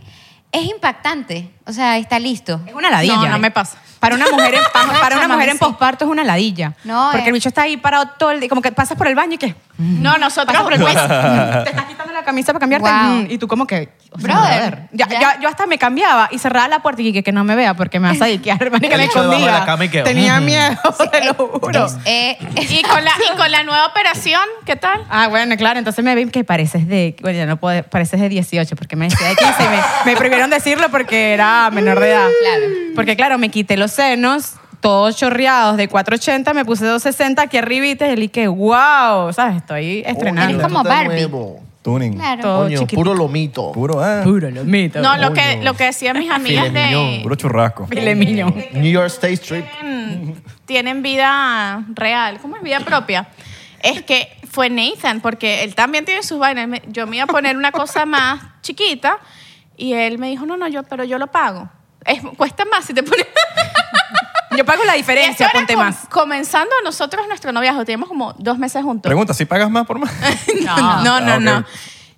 es impactante. O sea, está listo. Es una ladilla. No, no ¿eh? me pasa. Para una mujer en, para, para una Chama, mujer en sí. posparto es una ladilla. No, porque eh. el bicho está ahí parado todo el día. Como que pasas por el baño y que. No, nosotros. Pasas por el baño. mm, te estás quitando la camisa para cambiarte. Wow. mm, Y tú, como que. o sea, Brother, brother, ya- ya. ya- yo hasta me cambiaba y cerraba la puerta y que, que no me vea porque me vas a diquear. marica, El me bicho debajo de la escondía. cama y que, Tenía mm. miedo, te lo juro. Es- eh, es- y, con la, y con la nueva operación, ¿qué tal? Ah, bueno, claro, entonces me vi que pareces de, bueno, ya no puedo, pareces de 18, porque me decía de 15 y me, me prohibieron decirlo porque era menor de edad. Claro. Porque claro, me quité los senos, todos chorreados de 480, me puse 260 aquí arribita y le dije, wow, ¿sabes? Estoy estrenando. eres como Barbie. Nuevo. Tuning. Oh, claro. todo Coño, chiquito. puro lomito. Puro, ah, Puro, lo mito. No, lo que, lo que decían mis amigas de. puro churrasco. Pile miño. New York State Strip. tienen, tienen vida real, ¿cómo es vida propia? Es que fue Nathan, porque él también tiene sus vainas. Él me- Yo me iba a poner una cosa más chiquita y él me dijo, no, no, yo, pero yo lo pago. Es- cuesta más si te pones... Yo pago la Y esto diferencia, era ponte com- más. Comenzando nosotros nuestro noviazgo, teníamos como dos meses juntos. Pregunta, ¿si pagas más por más? No, no, Ah, no, ok. no.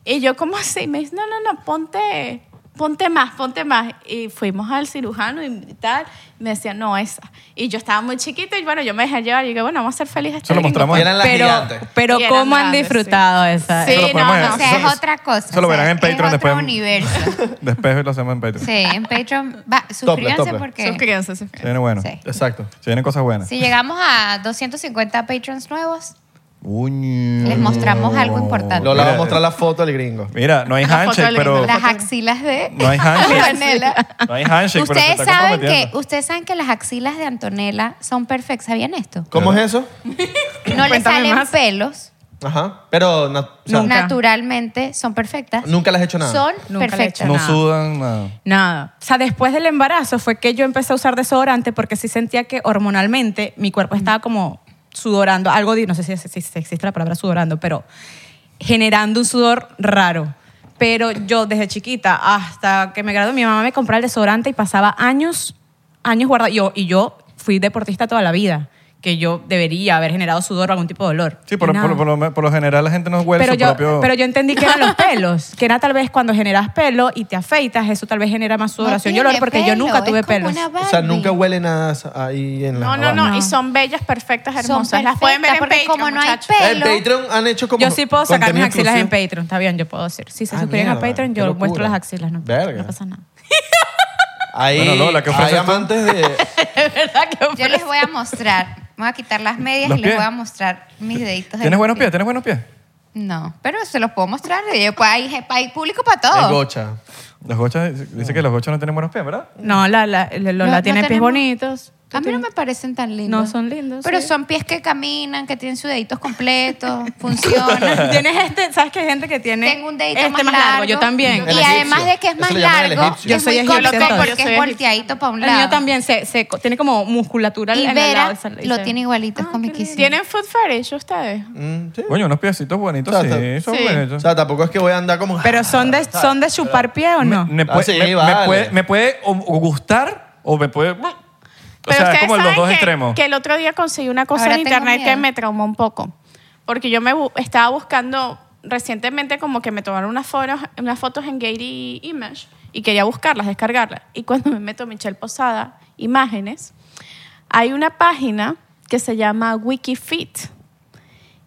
Y yo, ¿cómo así? Me dice, no, no, no, ponte, ponte más, ponte más. Y fuimos al cirujano y tal. Y me decía, no, esa. Y yo estaba muy chiquita y bueno, yo me dejé llevar. Y dije, bueno, vamos a ser felices. Se lo este domingo. mostramos. Eran las pero, gigantes. pero Y eran ¿cómo han grandes, disfrutado esa? eh? Sí, Eso lo no, ponemos en- no. O sea, Eso- es otra cosa. eso lo o sea, verán en Patreon es después. Otro universo. Después lo hacemos en Patreon. Sí, en Patreon. Va, suscríbanse tople. porque. Suscríbanse, suscríbanse. Se viene bueno. Sí. Exacto. Se vienen cosas buenas. Si llegamos a 250 patrons nuevos, Uño. Les mostramos algo importante. Lola va a Mira, eh. mostrar la foto al gringo. Mira, no hay Una foto handshake, del- pero. las axilas de No hay handshake. Antonella. No hay handshake, pero se Ustedes está saben que comprometiendo. ustedes saben que las axilas de Antonella son perfectas. ¿Sabían esto? ¿Cómo es eso? No le Cuéntame salen más. pelos. Ajá. Pero na- o sea, Nunca. Naturalmente son perfectas. nunca le has hecho nada. Son Nunca le he perfectas. hecho No nada. sudan nada. Nada. O sea, después del embarazo fue que yo empecé a usar desodorante porque sí sentía que hormonalmente mi cuerpo estaba como sudorando, algo de, no sé si, si- si existe la palabra sudorando, pero generando un sudor raro. Pero yo desde chiquita hasta que me gradué, mi mamá me compraba el desodorante y pasaba años, años guardado. Yo, y yo fui deportista toda la vida, que yo debería haber generado sudor o algún tipo de dolor. Sí, por, Y por, nada por lo, por lo general la gente no huele pero su yo, propio. pero yo entendí que eran los pelos, que era tal vez cuando generas pelo y te afeitas, eso tal vez genera más sudoración. yo lo tiene porque yo pelo, nunca es tuve como pelos. una O sea, Barbie. nunca huele nada ahí en la No, no, abajo. no, Y son bellas, perfectas, Son hermosas. Las pueden ver en perfectas, porque Patreon, como no hay muchachos. pelo, En Patreon han hecho como. Yo sí puedo sacar mis contenido axilas en exclusivo. Patreon, está bien, yo puedo decir. Si se Ah, suscriben a mierda, Patreon, qué yo locura. muestro las axilas, no, Verga. no pasa nada. Ahí, Bueno, Lola, ¿qué hay ofreces tú? amantes de. Yo les voy a mostrar. Me voy a quitar las medias Los y les pies. voy a mostrar mis deditos. de ¿Tienes los buenos pies? ¿Tienes buenos pies? No, pero se los puedo mostrar. Yo, pues, hay, hay público para Oh. de todo. gocha. Los gochas, dice que los gochas no tienen buenos pies, ¿verdad? No, la, la, la- Lola No, tiene no pies tenemos- bonitos. A mí no me parecen tan lindos. No son lindos, Pero sí. son pies que caminan, que tienen sus deditos completos, funcionan. Tienes este, ¿sabes que hay gente que tiene Tengo un dedito este más, largo. Yo también. Y El además egipcio. de que es Eso más le llaman el largo, egipcio. es Yo soy muy egipcio, cómico entonces. Yo porque soy es egipcio. volteadito para un El lado. mío también se, se- tiene como musculatura Y en el Vera lado, se- y lo se- tiene igualito, es Ah, comiquísimo. Ah, ¿Tienen food fetish ustedes? Mm, sí. Coño, unos piecitos bonitos, Exacto. sí, son Sí. O bonitos. sea, tampoco es que voy a andar como. Pero son de, son de chupar pie o no? Me, Ah, puede, sí, me, me vale. puede, me puede o- o gustar o me puede. mm. O Pero sea, es ustedes como los saben dos que, extremos. que el otro día conseguí una cosa Ahora en tengo internet que miedo. me traumó un poco. Porque yo me bu- estaba buscando recientemente como que me tomaron unas fotos, unas fotos en Getty Image y quería buscarlas, descargarlas. Y cuando me meto Michelle Posada, imágenes, hay una página que se llama Wikifit.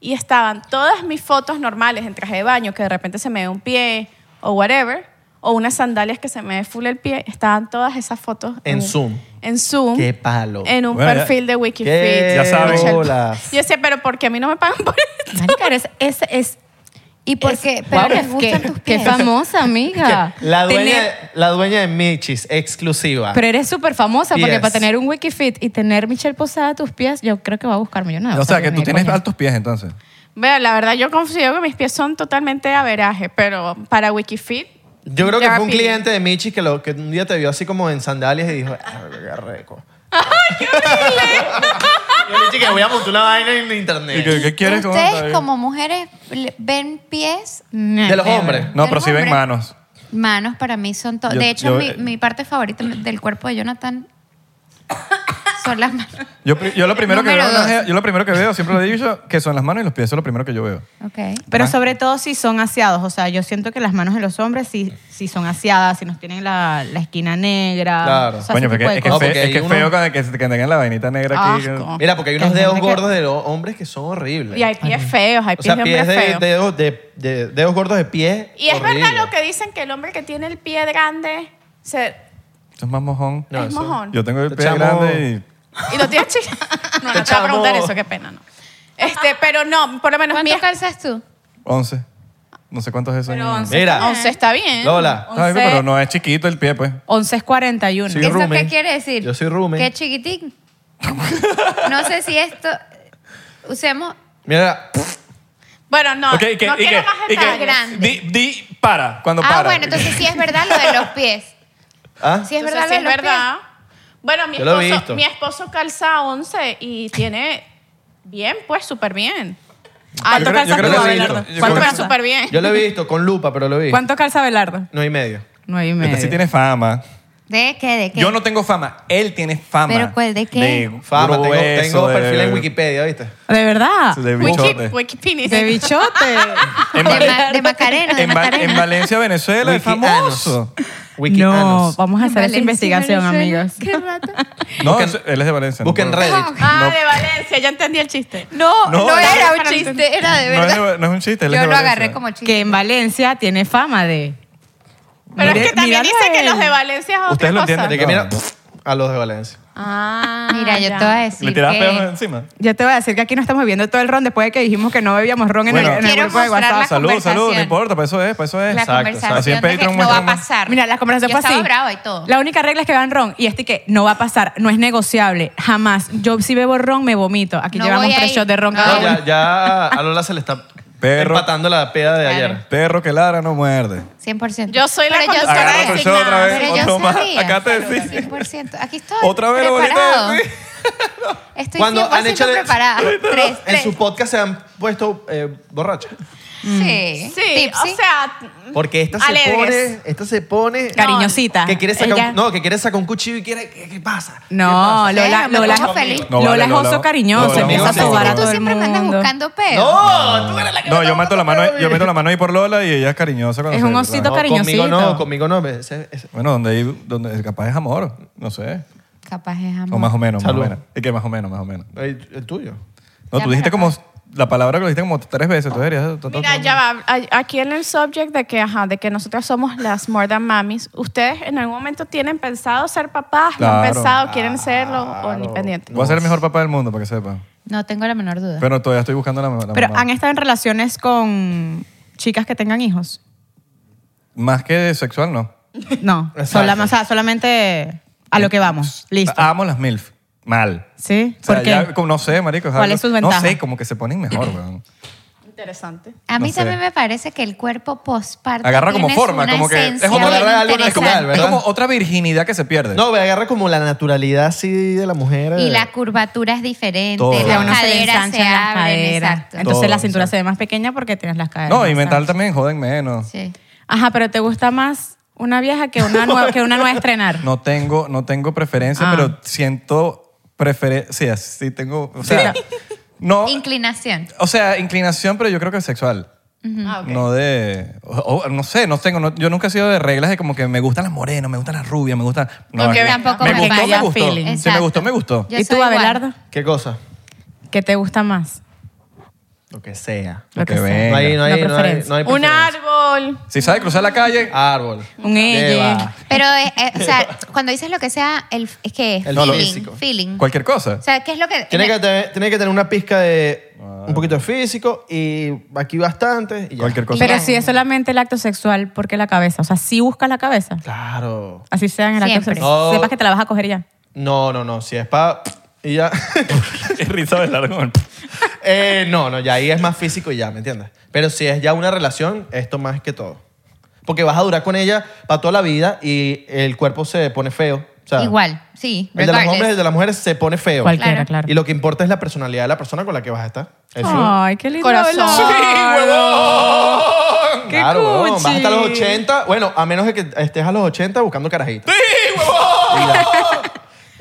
Y estaban todas mis fotos normales en traje de baño, que de repente se me ve un pie o whatever, o unas sandalias que se me ve full el pie, estaban todas esas fotos En Zoom. En Zoom. "Ah, Qué palo. En un Bueno, ya- perfil de Wikifit. Qué Ya sabes. bolas. Yo decía, pero ¿por qué a mí no me pagan por esto? Marica, eres- es, es, ¿Y por qué? Pero les gustan tus pies. famosa, amiga. La dueña, Tener- la dueña de Michis, exclusiva. pero eres súper famosa porque Pies. para tener un Wikifit y tener Michelle Posada a tus pies, yo creo que va a buscarme yo nada. o sea, que tú ni tienes coño. altos pies entonces. Vea, la verdad, yo confío que mis pies son totalmente de averaje, pero para Wikifit. Yo creo que ya fue un pide. cliente de Michis que, lo, que un día te vio así como en sandalias y dijo, "Ah, qué rico. Yo le dije que voy a montar una vaina en ¿Y internet. qué, qué quieres con Ustedes como mujeres le- ven pies, Ah, Nah, De los pero- hombres. No, del pero si ven hombre. manos. manos para mí son todo. Yo- De hecho, yo- eh, mi, mi parte favorita del cuerpo de Jonathan son las manos. Yo, pri- yo lo primero que Número veo, dos. no es- yo lo primero que veo, siempre lo he dicho, que son las manos y los pies, eso es lo primero que yo veo. Ok. Pero sobre todo si son aseados. O sea, yo siento que las manos de los hombres sí, sí son aseadas, si nos tienen la, la esquina negra. Claro. O sea, Coño, ese porque tipo de es que, No, cosas. fe- porque es que hay feo uno- cuando que, se- que tengan la vainita negra aquí. Asco. Mira, porque hay unos Hay dedos gente que- gordos de los hombres que son horribles. Y hay pies feos, hay o pies sea, de pies hombres de, feos. dedos, de, de- dedos gordos de pies. y es horribles. verdad lo que dicen que el hombre que tiene el pie grande se- Eso es más mojón. No, es eso- mojón. Yo tengo el Te pie chamo- grande Y lo tienes chiquito. No, no te voy a Chamo. preguntar eso, qué pena, no. Este, pero no, por lo menos mi ¿Cuánto calzas tú? y 11. No sé cuántos es eso. Pero en- 11. Mira, 11 está bien. Lola, Está bien, Pero no es chiquito el pie, pues. 11 es 41. Sí. Yo ¿Eso rumen. qué quiere decir? Yo soy rumen. ¿Qué chiquitín? no sé si esto... Usemos... mira, Bueno, no, Ok, ¿y qué- no y quiero qué- más y qué- detalles. grande. Di, di para cuando ah, para. bueno, entonces sí es verdad lo de los pies. ¿ah? Sí es Entonces, verdad sí lo de los es verdad. Bueno, mi Yo lo he esposo, visto. mi esposo calza 11 y tiene bien, pues súper bien. Alto creo- yo calza creo tú, que sí, Abelardo. yo creo ¿Cuánto que calza sí. súper bien? Yo lo he visto con lupa, pero lo he visto. ¿Cuánto calza Belardo? No y medio. Nueve y Este medio. sí tiene fama. ¿De qué? ¿De qué? Yo no tengo fama. Él tiene fama. ¿Pero cuál? ¿De qué? De Fama, tengo, grueso, tengo de- perfil en Wikipedia, ¿viste? De verdad. De Wiki, bichote. Wikipedia. De bichote. En, de, Val- Ma- de Macarena, de en Val- Macarena. en Valencia, Venezuela, es Wikianos. famoso. no, Wikianos. vamos a hacer esa Valencia, investigación, Venezuela. amigos. Qué rata. No, Busquen- es- él es de Valencia. no Busquen puedo- Reddit. Ah, de Valencia, ya entendí el chiste. No, No, No no, era un para chiste, era de no es, verdad. de- no es un chiste. él es Yo de lo agarré Valencia. como chiste. que en Valencia tiene fama de. Pero Mire- es que también míralo dice a que él. los de Valencia es otra Ustedes lo cosa. entienden. De que mira, pff, a los de Valencia. Ah, Mira, yo ya. te voy a decir ¿Le tirabas pedos que... encima? Yo te voy a decir que aquí no estamos bebiendo todo el ron después de que dijimos que no bebíamos ron en el- Bueno. en el, Quiero grupo de mostrar WhatsApp. la Salud, salud, no conversación. importa, para eso es, para eso es. La Así conversación en de que Patreon no va a muestran un- pasar. Mira, la conversación Yo fue así. estaba brava y todo. La única regla es que beban ron y este que no va a pasar, no es negociable, jamás. Yo si bebo ron me vomito. Aquí No llevamos voy tres ahí. shots de ron No. cada No, uno. ya, ya a Lola se le está Perro. empatando la peda de Claro. ayer. Perro que ladra no muerde. 100%. Yo soy la Pero yo conductora Agarra sabía. otro show otra vez, Pero yo otro más. sabía. Acá te Claro, decís. 100%. Aquí estoy. Otra vez lo bonito preparado. de ti. Estoy Cuando han 100% hecho de- preparada. Tres, En tres. su podcast se han puesto eh, borrachas. Mm. Sí. Sí, Tipsy. o sea... Porque esta se Alegres. pone, esta se pone Cariñosita. que quiere sacar, Ella- un, no, que quiere sacar un cuchillo y quiere, ¿qué, qué pasa? No, ¿Qué pasa? Lola, Sí, me Lola, pongo feliz. No vale, Lola es Lola. oso cariñoso, Lola, empieza a amigo, sobar sí. a Tú todo el siempre me andas mundo. buscando peos. No, tú eres la que No, me yo está meto la mano, matando, yo meto baby. la mano ahí por Lola y ella es cariñosa cuando Es se- un osito ¿verdad? cari- Conmigo cariñosita. no, conmigo no. ese- ese- Bueno, donde hay, donde capaz es amor, no sé. Capaz es amor. O más o menos, Salud. más o menos. Es que más o menos, más o menos. el, el tuyo. No, Ya, tú dijiste pero- como la palabra que lo dijiste como tres veces, tú deberías. Mira, ya va. A- Aquí en el subject de que, ajá, de que nosotros somos las more than mamis, ¿ustedes en algún momento tienen pensado ser papás? ¿Lo han Claro. pensado? ¿Quieren serlo? ¿O ni pendiente? Voy a ser el mejor papá del mundo, para que sepa. No tengo la menor duda. Pero todavía estoy buscando la, la Pero mamá. han estado en relaciones con chicas que tengan hijos. Más que sexual, no. No, Exacto. solam- o sea, solamente a lo que vamos. Listo. Amo las MILF. Mal. ¿Sí? Ah. O sea, ¿Por qué? ya, como- no sé, marico. ¿Cuál algo- es su ventaja? No sé, como que se ponen mejor, weón. Interesante. A mí no sé. también me parece que el cuerpo postparto Agarra como tienes forma, una como que- es esencia como bien agarrar algo interesante. natural, Es ¿verdad? como otra virginidad que se pierde. No, me agarra como la naturalidad así de la mujer. Y eh. la curvatura es diferente, Todo. Que a las uno se le caderas se, ensanchan las abren, caderas. exacto. Entonces Todo, la cintura exacto. se ve más pequeña porque tienes las caderas. No, y más mental anchas. también joden menos. Sí. Ajá, pero ¿te gusta más una vieja que una nueva, que una nueva estrenar? No tengo, no tengo preferencia, Ah. pero siento preferencia. Sí, tengo. O sea, no. Inclinación. O sea, inclinación, pero yo creo que sexual. Ah, ok. No de. o- o- no sé, no tengo. no- yo nunca he sido de reglas de como que me gustan las morenas, me gustan las rubias, me gustan. No, Lo que es- tampoco me me gustó, me vaya gustó. feeling. Si me Exacto. gustó, me gustó. Yo ¿Y tú, soy igual. Abelardo? ¿Qué cosa? ¿Qué te gusta más? Lo que sea. Lo Lo que que sea. No venga. hay, no Una hay, no hay, preferencia. no hay Un preferencia. árbol. Si sabe cruzar la calle, Árbol. Un elle. Lleva. Pero, eh, eh, o sea, cuando dices lo que sea, el, es que es El feeling. físico. feeling. cualquier cosa. O sea, ¿qué es lo que...? Tiene que, tener, tiene que tener una pizca de un poquito de físico y aquí bastante. y ya. Cualquier cosa. Pero si es solamente el acto sexual, ¿por qué la cabeza? O sea, si buscas la cabeza. Claro. Así sea en el acto Siempre. sexual. No. Sepas que te la vas a coger ya. No, no, no. Si es para. Y ya. Risa de largo. Eh, no, no, ya ahí es más físico y ya, ¿me entiendes? Pero si es ya una relación, esto más que todo. Porque vas a durar con ella para toda la vida y el cuerpo se pone feo. O sea, Igual, sí. El de los regardless. hombres, el de las mujeres se pone feo. Cualquiera, Claro. claro. Y lo que importa es la personalidad de la persona con la que vas a estar. Eso. Ay, qué lindo. Corazón. Lola. Sí, huevón! ¡Qué Claro, huevón, cuchi! Vas hasta los 80. Bueno, a menos de que estés a los 80 buscando carajitas. ¡Sí, huevón!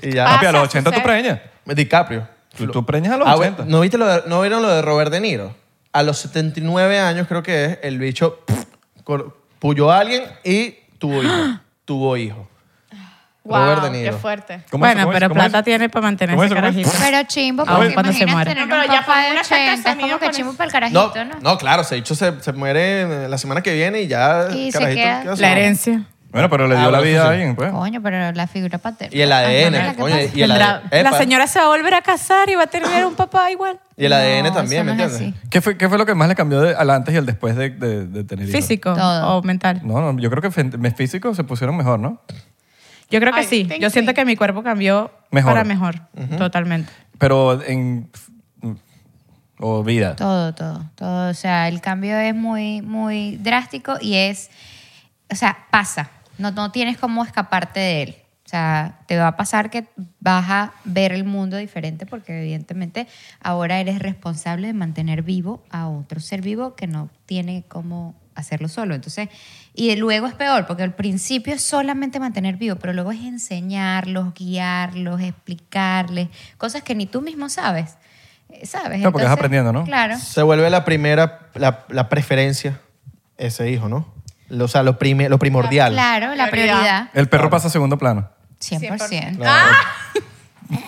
Y ya. Papi, a los Pasa, 80 tú sucede. preñas. DiCaprio. Tú, tú preñas a los Ah, 80. bueno, ¿no, viste lo de- ¿No vieron lo de Robert De Niro? A los 79 años creo que es, el bicho pff, cor- puyó a alguien y tuvo hijo. tuvo hijo. Robert Wow, De qué Niro. fuerte. ¿Cómo es Bueno, eso? ¿Cómo es pero eso? ¿Cómo plata es eso? tiene para mantener ¿Cómo ese es eso? ¿Cómo es carajito. eso? Pero chimbo, Aún porque Ah, cuando se imaginas muere. tener No, un pero ya papá cuando de uno está 80, es casamido como que con chimbo eso. para el carajito, No, ¿no? no, claro, se dicho se, se muere eh, la semana que viene y ya Y se carajito, queda- queda solo. La herencia. Bueno, pero le Ah, dio la bueno, vida eso a sí. alguien, pues. Coño, pero la figura paterna. Y el ADN, Ajá, ¿qué coño, pasa? Y el Tendrá- ADN. la Epa. señora se va a volver a casar y va a tener un papá igual. Y el ADN No, también, eso ¿me no es entiendes? así. ¿Qué fue, ¿Qué fue lo que más le cambió de- al antes y al después de, de, de tener hijos? Físico Todo. o mental. No, no, yo creo que fen- mis físicos se pusieron mejor, ¿no? Yo creo que I sí. think Yo siento sí. que mi cuerpo cambió Mejor. para mejor. Totalmente. Pero en... O vida. Todo, todo, todo. O sea, el cambio es muy, muy drástico y es, o sea, pasa. No, no tienes cómo escaparte de él. O sea, te va a pasar que vas a ver el mundo diferente porque evidentemente ahora eres responsable de mantener vivo a otro ser vivo que no tiene cómo hacerlo solo. Entonces, y de luego es peor porque al principio es solamente mantener vivo, pero luego es enseñarlos, guiarlos, explicarles cosas que ni tú mismo sabes. Eh, ¿Sabes? No, porque vas aprendiendo, ¿no? Claro. Se vuelve la primera, la, la preferencia ese hijo, ¿no? Lo- O sea, lo, prime- lo primordial. Claro, la prioridad. Prioridad. El perro pasa a segundo plano. 100%. Ah.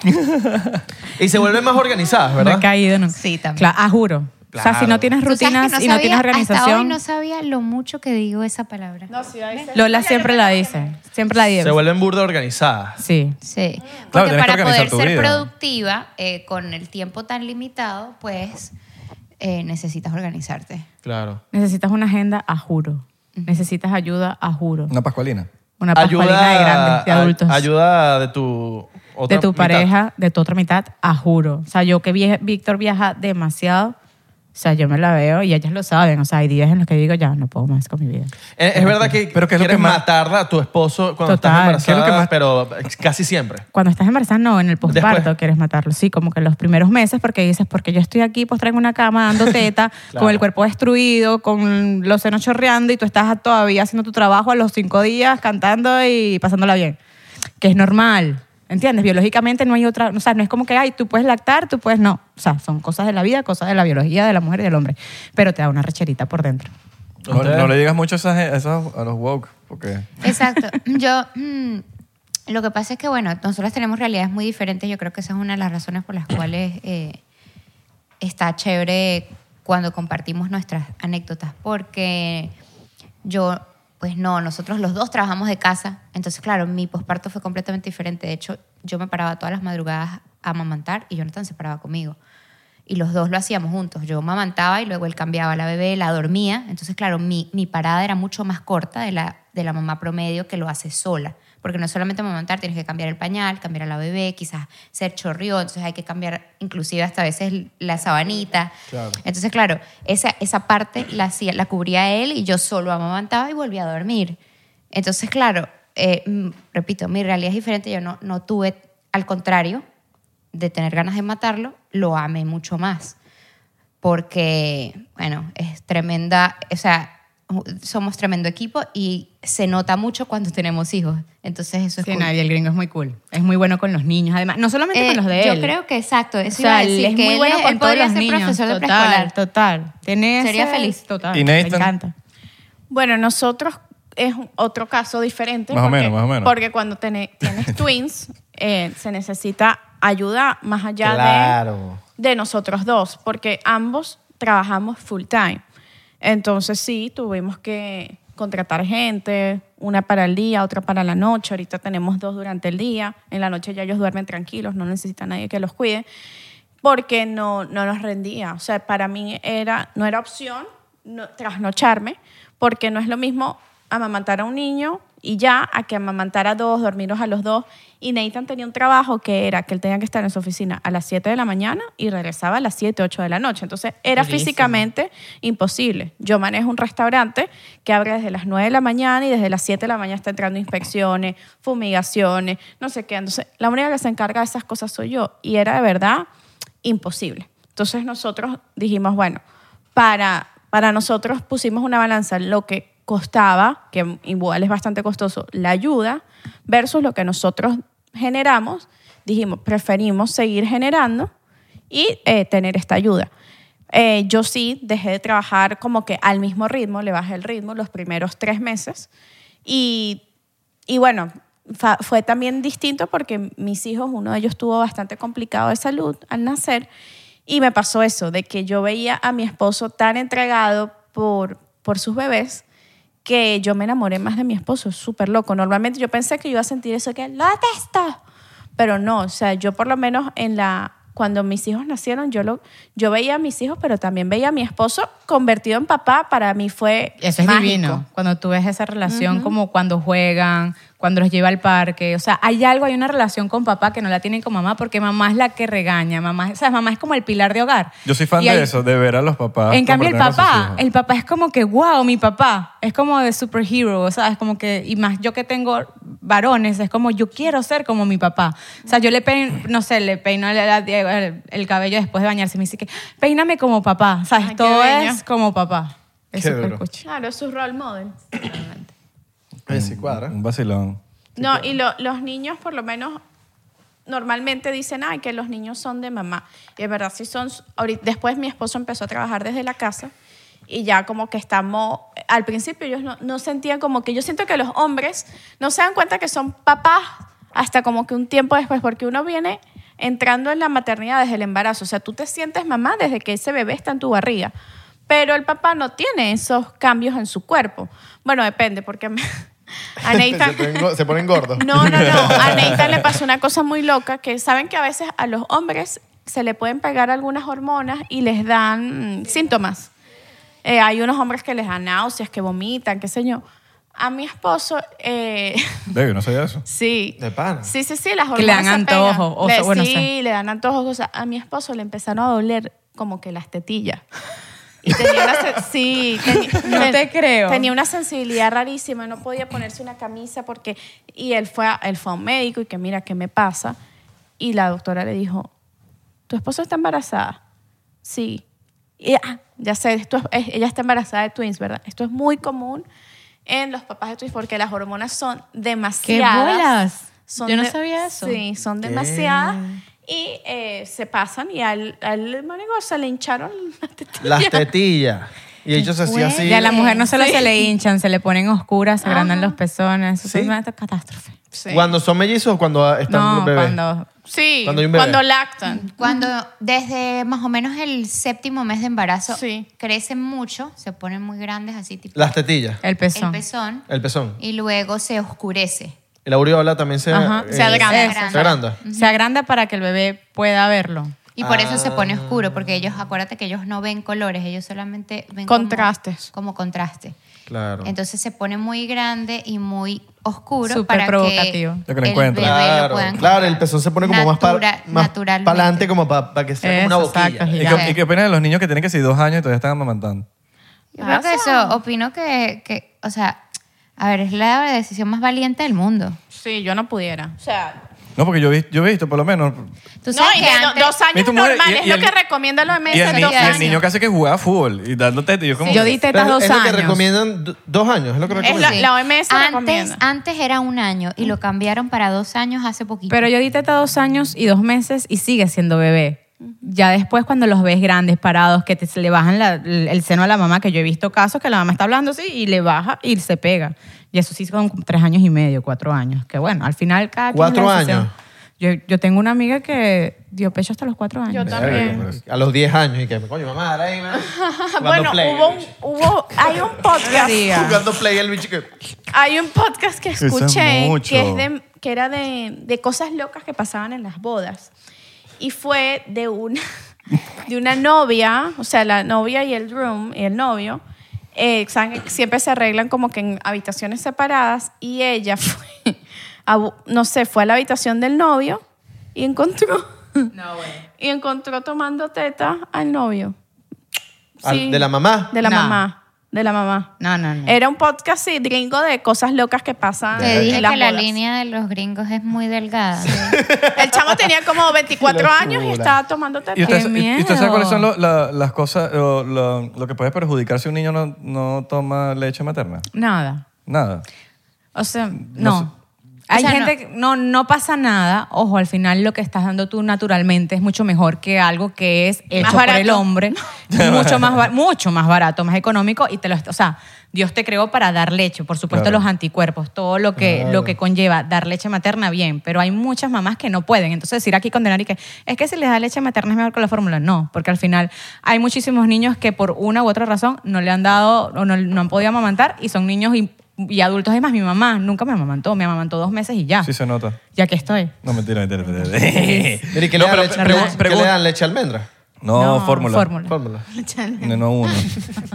Y se vuelven más organizadas, No ¿verdad? he caído nunca. Sí, también. Cla- ah, juro. O sea, si no tienes Tú sabes que rutinas y no sabía- tienes Hasta hoy organización, no sabía lo mucho que digo esa palabra. No, sí, ahí se- Lola siempre la dice. Siempre la Se dice. vuelven burda organizadas. Sí. Sí. Claro, Porque tienes que para organizar poder tu ser vida. productiva eh, con el tiempo tan limitado, pues eh, necesitas organizarte. Claro. Necesitas una agenda a juro. Necesitas ayuda a juro. Una pascualina. Una pascualina de grandes, de a- adultos. Ayuda de tu otra de tu mitad. pareja, de tu otra mitad, a juro. O sea, yo que vie- Víctor viaja demasiado, o sea, yo me la veo y ellas lo saben. O sea, hay días en los que digo, ya, no puedo más con mi vida. Eh, Es, verdad que Pero ¿qué es lo quieres que más- matarla a tu esposo cuando estás Total. embarazada, ¿Qué es lo que más- pero casi siempre. Cuando estás embarazada, no, en el Después. posparto quieres matarlo. Sí, como que los primeros meses, porque dices, porque yo estoy aquí postrada en una cama dando teta, con el cuerpo destruido, con los senos chorreando y tú estás todavía haciendo tu trabajo a los cinco días, cantando y pasándola bien. Que es normal, ¿entiendes? Biológicamente no hay otra, o sea, no es como que, ay, tú puedes lactar, tú puedes no. O sea, son cosas de la vida, cosas de la biología de la mujer y del hombre. Pero te da una recherita por dentro. No, no le digas mucho a, esas- a esos- a los woke, porque... Exacto. Yo, mm, lo que pasa es que, bueno, nosotros tenemos realidades muy diferentes. Yo creo que esa es una de las razones por las cuales eh, está chévere cuando compartimos nuestras anécdotas, porque yo, pues no, nosotros los dos trabajamos de casa, entonces claro, mi posparto fue completamente diferente. De hecho, yo me paraba todas las madrugadas a amamantar y Jonathan se paraba conmigo. Y los dos lo hacíamos juntos. Yo mamantaba y luego él cambiaba a la bebé, la dormía. Entonces, claro, mi, mi parada era mucho más corta de la, de la mamá promedio que lo hace sola. Porque no es solamente amamantar, tienes que cambiar el pañal, cambiar a la bebé, quizás ser chorrió, entonces hay que cambiar inclusive hasta a veces la sabanita. Entonces, claro, esa, esa parte la, hacía- la cubría él y yo solo amamantaba y volvía a dormir. Entonces, claro, eh, mm, repito, mi realidad es diferente. Yo no, no tuve, al contrario, de tener ganas de matarlo, lo amé mucho más. Porque, bueno, es tremenda, o sea, ju- somos tremendo equipo y se nota mucho cuando tenemos hijos. Entonces eso es Sí, cool. nadie, el gringo es muy cool. Es muy bueno con los niños, además. No solamente Eh, con los de yo él. creo que exacto, eso O iba sea, a decir, él es que muy él bueno es- con él todos podría los ser niños. profesor de total, preescolar. total. Tiene Sería ese- feliz. Total. ¿Y me Nathan? encanta. Bueno, nosotros es un- otro caso diferente. Más o porque- menos, más o menos. Porque cuando tene- tienes twins, eh, se necesita ayuda más allá Claro. Mm. de, de nosotros dos, porque ambos trabajamos full time. Entonces sí, tuvimos que contratar gente, una para el día, otra para la noche. Ahorita tenemos dos durante el día. En la noche ya ellos duermen tranquilos, no necesita nadie que los cuide, porque no, no nos rendía. O sea, para mí era, no era opción no- trasnocharme, porque no es lo mismo amamantar a un niño y ya a que amamantar a dos, dormirnos a los dos. Y Nathan tenía un trabajo que era que él tenía que estar en su oficina a las 7 de la mañana y regresaba a las 7, 8 de la noche. Entonces era físicamente imposible. Yo manejo un restaurante que abre desde las 9 de la mañana y desde las 7 de la mañana está entrando inspecciones, fumigaciones, no sé qué. Entonces la única que se encarga de esas cosas soy yo. Y era de verdad imposible. Entonces nosotros dijimos, bueno, para, para nosotros pusimos una balanza en lo que costaba, que igual es bastante costoso, la ayuda versus lo que nosotros generamos. Dijimos, preferimos seguir generando y eh, tener esta ayuda. Eh, yo sí dejé de trabajar como que al mismo ritmo, le bajé el ritmo los primeros tres meses y y bueno, fa- fue también distinto porque mis hijos, uno de ellos estuvo bastante complicado de salud al nacer y me pasó eso, de que yo veía a mi esposo tan entregado por, por sus bebés que yo me enamoré más de mi esposo, es súper loco. Normalmente yo pensé que yo iba a sentir eso, que lo detesto, pero no, o sea, yo por lo menos en la... Cuando mis hijos nacieron, yo, lo, yo veía a mis hijos, pero también veía a mi esposo convertido en papá. Para mí fue Eso es mágico. divino. Cuando tú ves esa relación, como cuando juegan, cuando los lleva al parque. O sea, hay algo, hay una relación con papá que no la tienen con mamá porque mamá es la que regaña. Mamá, o sea, mamá es como el pilar de hogar. Yo soy fan Y de hay- eso, de ver a los papás. Ah, En cambio, el compartiendo con papá, sus hijos. el papá es como que, wow, mi papá. Es como de superhero, ¿sabes? Como que, y más yo que tengo varones es como yo quiero ser como mi papá. O sea, yo le peino, no sé, le peino el, el- el cabello después de bañarse y me dice que peíname como papá. O sea, qué todo bello. es como papá. Es Qué súper duro. cuchi. Claro, es su role model. Eh, sí, cuadra. Un vacilón. No, y lo- los niños por lo menos normalmente dicen, ay, que los niños son de mamá. Y es verdad, sí son... ahorita- después mi esposo empezó a trabajar desde la casa y ya como que estamos... Al principio ellos no, no sentían como que... Yo siento que los hombres no se dan cuenta que son papás hasta como que un tiempo después, porque uno viene entrando en la maternidad desde el embarazo. O sea, tú te sientes mamá desde que ese bebé está en tu barriga. Pero el papá no tiene esos cambios en su cuerpo. Bueno, depende, porque me- a Nathan- se, ponen, go- se ponen gordos. no, no, no. A Neita le pasó una cosa muy loca, que saben que a veces a los hombres se le pueden pegar algunas hormonas y les dan mm, síntomas. Eh, hay unos hombres que les dan náuseas, que vomitan, qué sé yo. A mi esposo, eh, Debe, no sabía eso. sí. De pana. Sí, sí, sí, las hormonas. Que le dan se pegan. antojos, o sea, Le- bueno, sí, sé. le dan antojos. O sea, a mi esposo le empezaron a doler como que las tetillas. Y tenía una sen- sí, teni- No ten- te creo. Tenía una sensibilidad rarísima, no podía ponerse una camisa porque y él fue a, él fue a un médico y que mira qué me pasa y la doctora le dijo, "Tu esposa está embarazada." Sí. Y, ah, ya sé, esto es- ella está embarazada de twins, ¿verdad? Esto es muy común en los papás de twins porque las hormonas son demasiadas. bolas! Son Yo no de- sabía eso. Sí, son demasiadas. Y eh, se pasan y al, al marico se le hincharon las tetillas. Las tetillas. Y ellos así, así. Y a la mujer no solo se le hinchan, se le ponen oscuras, se agrandan los pezones. Eso Sí. es una catástrofe. Sí. Cuando son mellizos o cuando están No, bebés. cuando Sí, Cuando cuando, hay un bebé. lactan. Cuando desde más o menos el séptimo mes de embarazo Sí. crecen mucho, se ponen muy grandes así tipo Las tetillas. el el pezón. pezón El pezón. y luego se oscurece. Y la aureola también se, Ajá. eh, Se agranda. se Eso. agranda. Se agranda para que el bebé pueda verlo. Y por eso se pone Ah. oscuro, porque ellos, acuérdate que ellos no ven colores, ellos solamente ven como- Contrastes. Como, contraste. Claro. Entonces se pone muy grande y muy oscuro Súper para provocativo. que Lo que lo el encuentran. bebé lo Claro, puedan claro, comprar. el pezón se pone como más para Natura- más naturalmente. adelante, como para que sea Eso, como una boquilla. exacto, ¿Y gigante. qué, y qué opinas de los niños que tienen que ser dos años y todavía están amamantando? Yo creo que eso, opino que, que, o sea, a ver, es la decisión más valiente del mundo. Sí, yo no pudiera. O sea, No, porque yo, vi- yo he visto, por lo menos. Tú no, sabes y que de do- antes- dos años Mira, tu mujer, normal, y- es y lo el- que recomienda la OMS, Y el, ni- dos y el años. niño casi que jugaba fútbol y dando teta. y Yo como. Yo di tetas Pero dos es lo que años. recomiendan do- dos años, es lo que la- recomiendan. la OMS antes, recomienda. Antes era un año y lo cambiaron para dos años hace poquito. Pero yo di teta dos años y dos meses y sigue siendo bebé. Ya después cuando los ves grandes, parados, que te, se le bajan la- el el seno a la mamá, que yo he visto casos que la mamá está hablando así y le baja y se pega. Y eso sí son como tres años y medio, cuatro años. Que bueno, al final cada quien ¿Cuatro la decisión. años? Yo, yo tengo una amiga que dio pecho hasta los cuatro años. Yo también. pues, A los 10 años y que, coño, mamá, dale ahí, man. Jugando Bueno, play, hubo, el un, bicho. hubo, hay un podcast, Jugando play el bicho que... hay un podcast que Eso es escuché mucho. que, es de- que era de, de cosas locas que pasaban en las bodas. Y fue de una, de una novia, o sea, la novia y el groom, y el novio, eh, saben que siempre se arreglan como que en habitaciones separadas y ella fue, a bu- no sé, fue a la habitación del novio y encontró, y encontró tomando teta al novio. Al- Sí. ¿De la mamá? De la No. mamá. De la mamá. No, no, no. Era un podcast sí, gringo de cosas locas que pasan. Te dije en que las la bodas. línea de los gringos es muy delgada. El chamo tenía como 24 Qué años y locura. estaba tomando teta. ¿Y usted, ¡Qué y- y usted sabe miedo! cuáles son lo- la- las cosas, lo, lo- lo que puede perjudicar si un niño no, no toma leche materna? Nada. Nada. O sea, no. Hay O sea, gente no. que no, no pasa nada. Ojo, al final lo que estás dando tú naturalmente es mucho mejor que algo que es hecho por barato. el hombre. mucho, más, ba- mucho más barato, más económico. Y te lo, o sea, Dios te creó para dar leche. Por supuesto, Claro. los anticuerpos, todo lo que, lo que conlleva dar leche materna, bien. Pero hay muchas mamás que no pueden. Entonces, decir aquí condenar y que es que si les da leche materna es mejor que la fórmula. No, porque al final hay muchísimos niños que por una u otra razón no le han dado o no, no han podido amamantar y son niños y, y adultos. Es más, mi mamá nunca me amamantó. Me amamantó dos meses y ya. Sí se nota. Ya que estoy. No, mentira, mentira. mentira. Mira, ¿y qué le, no, dan pero leche, pregu- ¿qué pregun- le dan leche almendra? No, fórmula. Fórmula. No, no uno.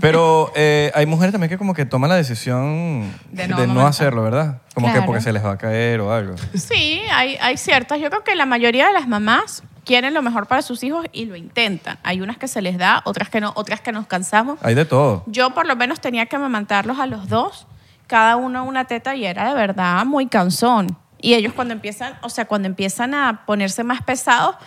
Pero eh, hay mujeres también que como que toman la decisión de De no, no amamantar. hacerlo, ¿verdad? Como que Claro. porque se les va a caer o algo. Sí, hay, hay ciertas. Yo creo que la mayoría de las mamás quieren lo mejor para sus hijos y lo intentan. Hay unas que se les da, otras que no, otras que nos cansamos. Hay de todo. Yo por lo menos tenía que amamantarlos a los dos. cada uno una teta y era de verdad muy cansón. Y ellos cuando empiezan, o sea, cuando empiezan a ponerse más pesados,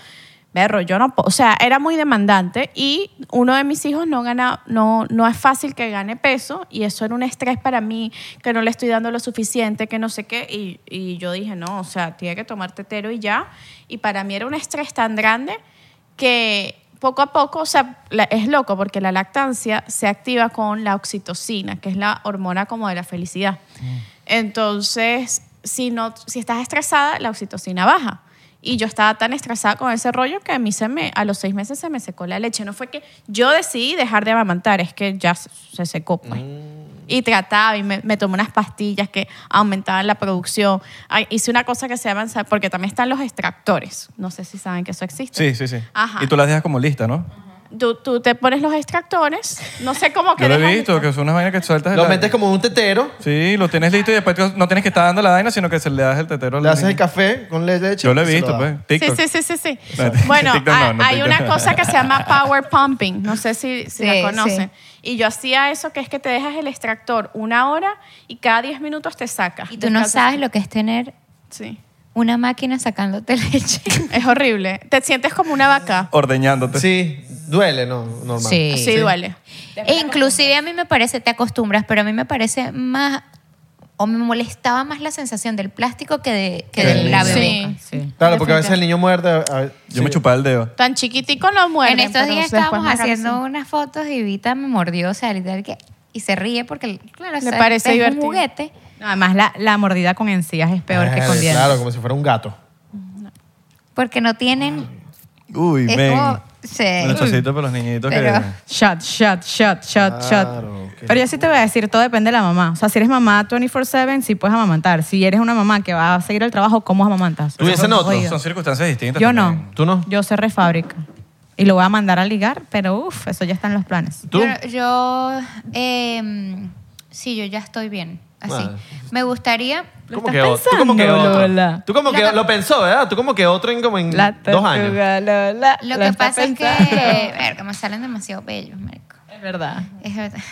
berro, yo no, po- o sea, era muy demandante y uno de mis hijos no gana, no, no es fácil que gane peso y eso era un estrés para mí, que no le estoy dando lo suficiente, que no sé qué, y, y yo dije, no, o sea, tiene que tomar tetero y ya. Y para mí era un estrés tan grande que poco a poco, o sea, la- es loco porque la lactancia se activa con la oxitocina, que es la hormona como de la felicidad. Entonces, si, no, si estás estresada, la oxitocina baja. Y yo estaba tan estresada con ese rollo que a mí se me, a los seis meses se me secó la leche. No fue que yo decidí dejar de amamantar, es que ya se- se secó. Pues. Mm. Y trataba y me, me tomé unas pastillas que aumentaban la producción. Ay, hice una cosa que se llama, porque también están los extractores. No sé si saben que eso existe. Sí, sí, sí. Ajá. Y tú las dejas como lista, ¿no? Tú, tú te pones los extractores, no sé cómo que Yo lo he dejas- visto, que son unas vainas que sueltas. de Lo la- metes como en un tetero, Sí, lo tienes listo y después tú no tienes que estar dando la vaina, sino que se le das el tetero. al le haces el niño. café con le- leche. Yo lo he y se visto, das. pues. Sí, TikTok. sí, sí, sí, sí. No, Bueno, TikTok hay, no, no, hay TikTok una no. cosa que se llama power pumping, no sé si, si Sí, la conocen. sí. Y yo hacía eso, que es que te dejas el extractor una hora y cada 10 minutos te sacas. Y tú no Descansas. sabes lo que es tener Sí, una máquina sacándote leche. es horrible. Te sientes como una vaca. Ordeñándote. Sí, duele, ¿no? Normal. Sí, duele. E inclusive a mí me parece, te acostumbras, pero a mí me parece más, o me molestaba más la sensación del plástico que, de, que Que de del la niño. bebé. Sí, sí. Claro, porque a veces el niño muerde. a- a- Yo me chupaba el dedo. Tan chiquitico no mueren. En estos pero días después estábamos más grande haciendo sí. unas fotos y Vita me mordió, o sea, literal que... Y se ríe porque, claro, o Le sea, parece es divertido. un juguete. No, además, la, la mordida con encías es peor que Ay, con dientes. Eh, Claro, como si fuera un gato. Porque no tienen... Uy, Es ven. como- sí. Un chocito para los niñitos Pero- que... Shot, shot, shot, shot, Claro, shot. qué Pero yo sí te voy a decir, todo depende de la mamá. O sea, si eres mamá 24-7, sí puedes amamantar. Si eres una mamá que va a seguir el trabajo, ¿cómo amamantas? Tú hubiesen son, otro. son circunstancias distintas. Yo también. no. ¿Tú no? Yo sé refábrica. Y lo voy a mandar a ligar, pero uff, eso ya está en los planes. ¿Tú? Yo, yo, em, sí, yo ya estoy bien. Así. Vale. Me gustaría... ¿Lo ¿Cómo estás que otro? ¿Tú cómo que pensando, otro? Lola? Tú como que lo pensó, ¿verdad? Tú como que otro en, como en La Mm, dos años. tortuga, Lola, Lo la que está pasa es pensando. que... Verga, me salen demasiado bellos, marico. Es verdad. Es verdad.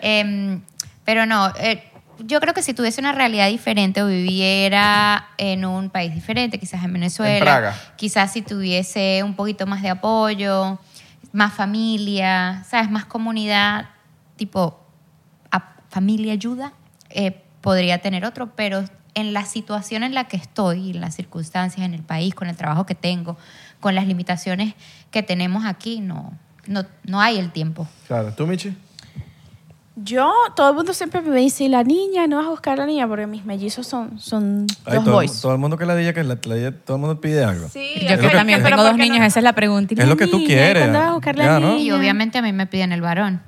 Em, pero no, eh, yo creo que si tuviese una realidad diferente o viviera en un país diferente, quizás en Venezuela, En Praga. quizás si tuviese un poquito más de apoyo, más familia, ¿sabes? Más comunidad, tipo a- familia ayuda, eh, podría tener otro, pero en la situación en la que estoy, en las circunstancias, en el país, con el trabajo que tengo, con las limitaciones que tenemos aquí, no, no, no hay el tiempo. Claro. ¿Tú, Michi? Yo, todo el mundo siempre me dice, la niña, no vas a buscar a la niña, porque mis mellizos son, son Ay, dos todo, el- boys. todo el mundo que la diga, que la, la diga, todo el mundo pide algo. Sí, Yo que pero- también pero tengo ¿por dos qué no? niños, esa es la pregunta. ¿Y Es la lo que tú niña? quieres. ¿Cuándo vas a buscar la Ya, ¿no? niña? Y obviamente a mí me piden el varón.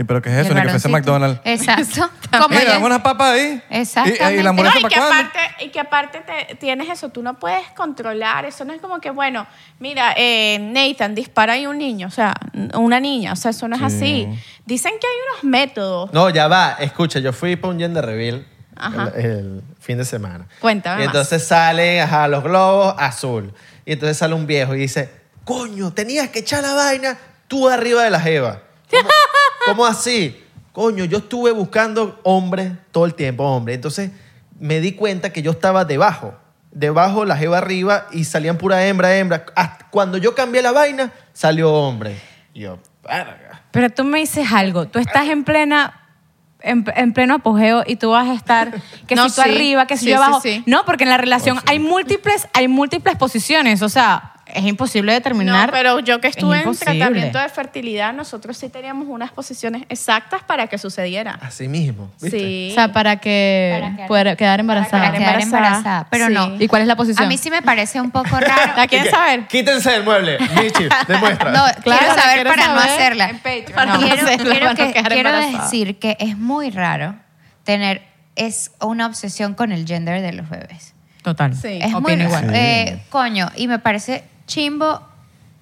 ¿Y pero qué es eso? el Ni que fuese varoncito. McDonald's. Exacto. Eh, Como Mira, yo- unas papas ahí. Exactamente. Y, y la No, hamburguesa y, para que cuándo? aparte, y que aparte te- tienes eso, tú no puedes controlar, eso no es como que, bueno, mira, eh, Nathan, dispara ahí un niño, o sea, una niña, o sea, eso no es así. Dicen que hay unos métodos. No, ya va. Escucha, yo fui para un gender reveal Ajá. el, el fin de semana. Cuéntame Y más. entonces salen, ajá, los globos azul. Y entonces sale un viejo y dice, coño, tenías que echar la vaina tú arriba de la jeva. ¿Cómo, cómo así? Coño, yo estuve buscando hombres todo el tiempo, hombre. Entonces me di cuenta que yo estaba debajo. Debajo, la jeva arriba y salían pura hembra, hembra. Hasta cuando yo cambié la vaina, salió hombre. Y yo, verga. Pero tú me dices algo, tú estás en plena en, en pleno apogeo y tú vas a estar que No, si tú sí. arriba, que si Sí, yo sí, abajo. sí. No, porque en la relación hay múltiples hay múltiples posiciones, o sea, es imposible No, determinar. pero yo que es estuve en imposible. tratamiento de fertilidad, nosotros sí teníamos unas posiciones exactas para que sucediera. Así mismo. ¿viste? Sí. O sea, para que Para quedar- pueda quedar embarazada. para quedar embarazada. Pero Sí. no. ¿Y cuál es la posición? A mí sí me parece un poco raro. ¿La quieres saber? Quítense del mueble. Michi, demuestra. No, quiero saber quiero para no saber hacerla. en Patreon. Para No, quiero no hacerla, quiero para que- no quedar quiero embarazada. decir que es muy raro tener es una obsesión con el gender de los bebés. Total. Sí. Es muy Opino raro. igual. Eh, coño, y me parece chimbo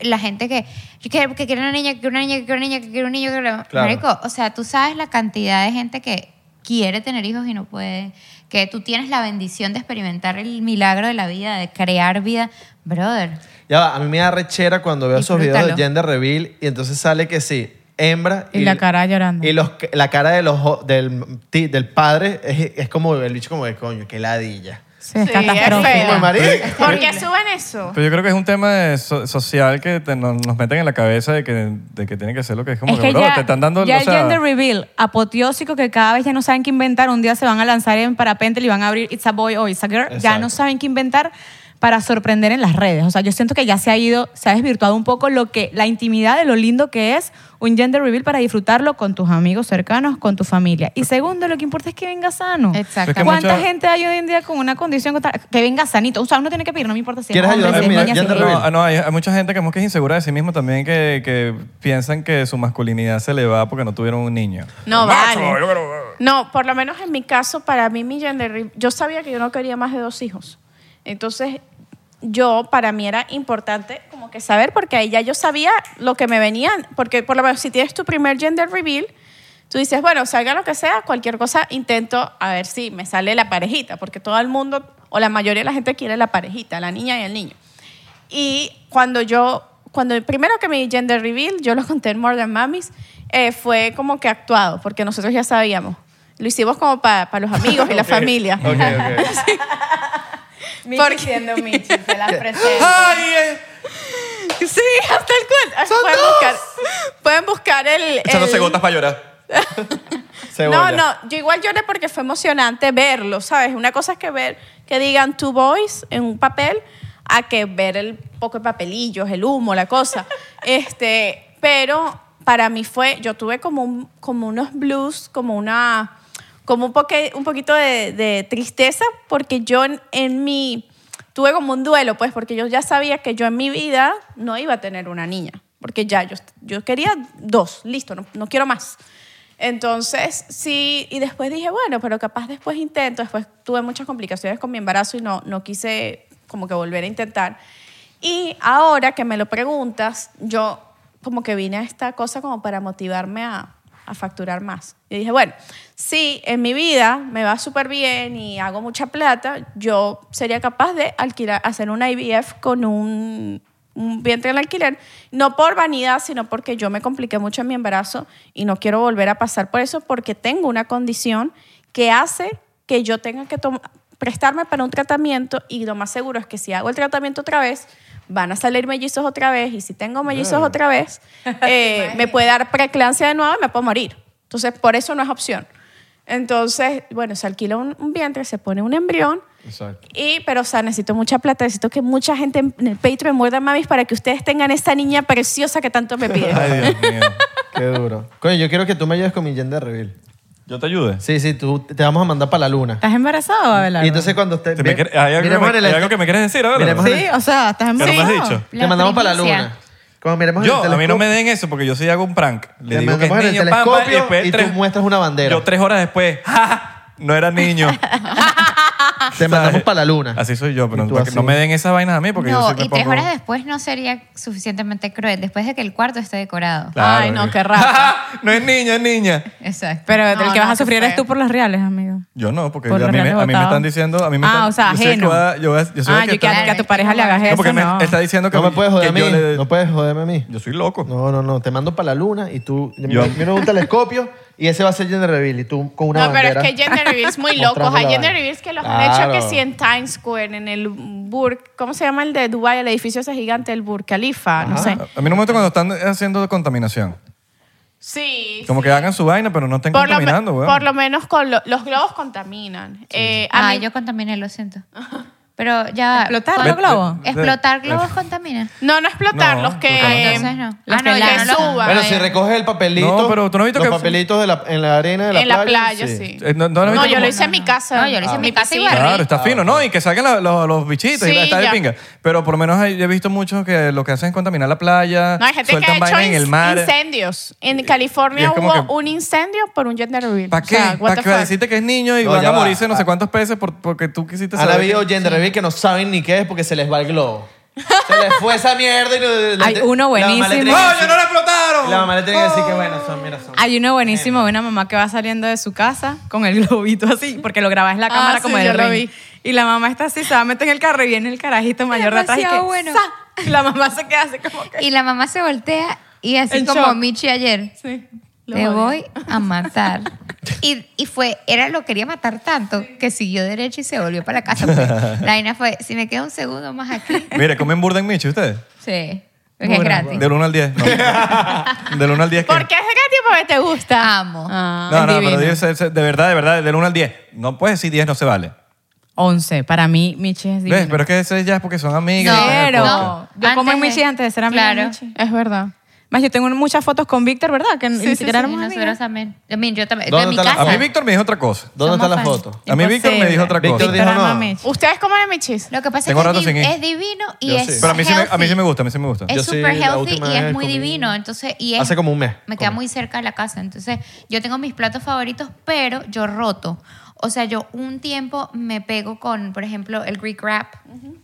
la gente que yo quiero que quiere una niña, que quiere una niña, que quiere una niña, que quiere un niño, que quiere- Claro. Marico, o sea, tú sabes la cantidad de gente que quiere tener hijos y no puede, que tú tienes la bendición de experimentar el milagro de la vida, de crear vida, brother. Ya va, a mí me da rechera cuando veo esos videos de Disfrútalo. gender reveal y entonces sale que sí, hembra. Y la cara llorando. Y los, la cara de los, jo- del, ti- del padre es, es como el bicho como de coño, qué ladilla. Sí, es Sí, catastrófico. es feo. Como, marico. ¿Por qué suben eso? Pero yo creo que es un tema de so- social que te- no- nos meten en la cabeza de que, de que tiene que ser lo que es como es que, que bro, ya, te están dando... ya o el sea, gender reveal apoteósico que cada vez ya no saben qué inventar. Un día se van a lanzar en parapente y le van a abrir It's a Boy o It's a Girl. Ya Exacto. no saben qué inventar para sorprender en las redes. O sea, yo siento que ya se ha ido, se ha desvirtuado un poco lo que, la intimidad de lo lindo que es un gender reveal para disfrutarlo con tus amigos cercanos, con tu familia. Y segundo, lo que importa es que venga sano. Exacto. Es que ¿Cuánta mucha- gente hay hoy en día con una condición con tal- que venga sanito? O sea, uno tiene que pedir, no me importa si es ¿Quieres hombre, si ayudarme? es Mira, niña, si es gender gay. reveal. No, ah, no, hay, hay mucha gente que como que es insegura de sí mismo también que, que piensan que su masculinidad se le va porque no tuvieron un niño. No, Macho, vale. yo creo- No, por lo menos en mi caso, para mí, mi gender re- yo sabía que yo no quería más de dos hijos. Entonces, yo, para mí era importante como que saber, porque ahí ya yo sabía lo que me venían, porque por lo menos si tienes tu primer gender reveal, tú dices, bueno, salga lo que sea, cualquier cosa intento a ver si me sale la parejita, porque todo el mundo, o la mayoría de la gente quiere la parejita, la niña y el niño. Y cuando yo, cuando primero que mi gender reveal, yo lo conté en More Than Mamis, eh, fue como que actuado, porque nosotros ya sabíamos. Lo hicimos como para los amigos y la familia. Ok, ok. Michi Porque- siendo Michi, se las presento. ¡Ay! eh! Sí, hasta el cual. Ah, pueden buscar, pueden buscar el. Echándose el- gotas para llorar. Cebolla. No, no, yo igual lloré porque fue emocionante verlo, ¿sabes? Una cosa es que ver que digan two boys en un papel a que ver el poco de papelillos, el humo, la cosa. este, pero para mí fue, yo tuve como, un- como unos blues, como una como un, poque- un poquito de, de tristeza porque yo en, en mi tuve como un duelo, pues, porque yo ya sabía que yo en mi vida no iba a tener una niña, porque ya yo, yo quería dos, listo, no, no quiero más. Entonces, sí, y después dije, bueno, pero capaz después intento, después tuve muchas complicaciones con mi embarazo y no, no quise como que volver a intentar. Y ahora que me lo preguntas, yo como que vine a esta cosa como para motivarme a, a facturar más. Y dije, bueno, si en mi vida me va súper bien y hago mucha plata, yo sería capaz de alquilar, hacer una IVF con un, un vientre en alquiler, no por vanidad, sino porque yo me compliqué mucho en mi embarazo y no quiero volver a pasar por eso porque tengo una condición que hace que yo tenga que tom- prestarme para un tratamiento y lo más seguro es que si hago el tratamiento otra vez, van a salir mellizos otra vez y si tengo mellizos otra vez, eh, me puede dar preeclampsia de nuevo y me puedo morir. Entonces, por eso no es opción. Entonces, bueno, se alquila un, un vientre, se pone un embrión Exacto. y, pero, o sea, necesito mucha plata, necesito que mucha gente en en el Patreon muerda mamis para que ustedes tengan esa niña preciosa que tanto me piden. Ay, Dios mío. Qué duro. Coño, yo quiero que tú me ayudes con mi gender reveal. ¿Yo te ayude? Sí, sí, tú te vamos a mandar para la luna. ¿Estás embarazada, Abelardo? Y entonces cuando usted... Te me quiere- hay algo que Miremos me- en el- hay algo que me quieres decir, Abelardo. Miremos en el- Sí, o sea, estás no me has embarazada. dicho. Te La mandamos para la primicia. luna. Cuando miremos en Yo, el a mí no me telescopio, den eso porque yo sí hago un prank. Le Te digo que es mandamos en el niño, pam, pam, y telescopio después y tú tres- muestras una bandera. Yo tres horas después, ¡ja, ja! no era niño. Te mandamos ¿Sabes? para la luna. Así soy yo, pero Y tú para que así. no me den esas vainas a mí porque yo No, sí me y tres pongo- horas después no sería suficientemente cruel, después de que el cuarto esté decorado. Claro, Ay, no, porque- qué raro. no es niña, es niña. Exacto. Pero No, el que no, vas a qué sufrir feo. eres tú por las reales, amigo. Yo no, porque Por a, los mí me, reales a mí me votados. están diciendo. A mí me Ah, están- o sea, yo soy el que ajeno. va- yo voy a- yo soy el ah, que yo que, está- a- que a tu pareja le hagas No, eso, porque me no. está diciendo que No me puedes que joder a mí. yo le- No puedes joderme a mí. Yo soy loco. No, no, no. Te mando para la luna y tú... Yo- Mira un telescopio y ese va a ser gender reveal y tú con una no, bandera. pero es que hay gender reveals muy locos. mostrando Hay la gender vaina. reveals que los han Claro. hecho que sí en Times Square, en el Burj, ¿cómo se llama el de Dubai? El edificio ese gigante, el Burj Khalifa, no sé. Ah, A mí no me gusta cuando están haciendo contaminación. Sí. Como sí. que hagan su vaina, pero no estén por lo, contaminando, me- weón. por lo menos con lo- los globos contaminan. Eh, a Ah, mí- yo contaminé, lo siento. Pero ya. ¿Explotar ¿cuál- los globos? ¿Explotar globos contamina? No, no explotar, No, los que... Ah, Entonces no. los Ah, no, que ya, no lo- suban. Bueno, si recoges el papelito... No, pero tú no has visto los que- papelitos de la- en la arena de la en playa. la playa, sí. Eh, no, no, no, No, ¿viste yo cómo- lo hice en mi casa. No, yo lo hice en mi casa piscina. igual. Claro, está fino, ¿no? Y que salgan la- los, los bichitos y Sí, está de ya. pinga. Pero por lo menos hay- yo he visto muchos que lo que hacen es contaminar la playa, No, hay gente que ha sueltan hecho vainas en el inc- mar. incendios. En Y es California como hubo que- un incendio por un gender reveal. ¿Para qué? O sea, what ¿Para the qué? Para fuck? decirte que es niño y No, van ya a va. morirse no sé Ah. cuántos peces por- porque tú quisiste Han saber. habido que- gender reveal que no saben ni qué es porque se les va el globo. Se les fue esa mierda y... le- le- Hay uno la mamá le buenísimo. tiene que ¡No, decir- yo no lo explotaron! La mamá le tiene que decir que bueno, son, mira, son... Hay uno buenísimo de una mamá que va saliendo de su casa con el globito así, porque lo grabas en la cámara Ah, sí, como de yo lo ring. Y la mamá está así, se va a meter en el carro y viene el carajito mayor de atrás y que Demasiado bueno. ¡za! Y la mamá se queda así como que... Y la mamá se voltea Y así En como shock. Michi ayer. Sí. lo Te odio. voy a matar. Y, y fue, era lo quería matar tanto que siguió derecho y se volvió para casa. porque La vaina fue, si me queda un segundo más aquí. Mire, ¿comen burda en Michi ustedes? Sí, porque es gratis. Del 1 al 10. No. Del 1 al 10. ¿qué? Porque es gratis porque te gusta. Te amo. Ah, No, es no, divino. pero digo, se- se- de verdad, de verdad, del 1 al 10. No puedes decir 10, no se vale. 11. Para mí, Michi es divino. ¿Ves? Pero es que eso ya es porque son amigas. No, y tienen Pero podcast. no. yo como en Antes de- Michi antes de ser amiga de Claro. Michi. Es verdad. Más, yo tengo muchas fotos con Víctor, ¿verdad? Que ni Sí, siquiera éramos nosotros amigas. también. Yo, mira, yo también. ¿Dónde en mi está la- casa. A mí Víctor me dijo otra cosa. ¿Dónde Somos está la fans. foto? A mí Víctor me Imposible. dijo otra cosa. Víctor Víctor dijo ama no. a Michi. ¿Ustedes comen michis? Lo que pasa Tengo es rato que es, sin div- ir. es divino y Yo es sí. Pero a mí, sí me, a mí sí healthy. me gusta, a mí sí me gusta. Yo Es sí, súper la healthy última y es vez muy comí- divino. Entonces, y es, Hace como un mes. Me queda muy cerca de la casa. Entonces, yo tengo mis platos favoritos, pero yo roto. O sea, yo un tiempo me pego con, por ejemplo, el Greek wrap.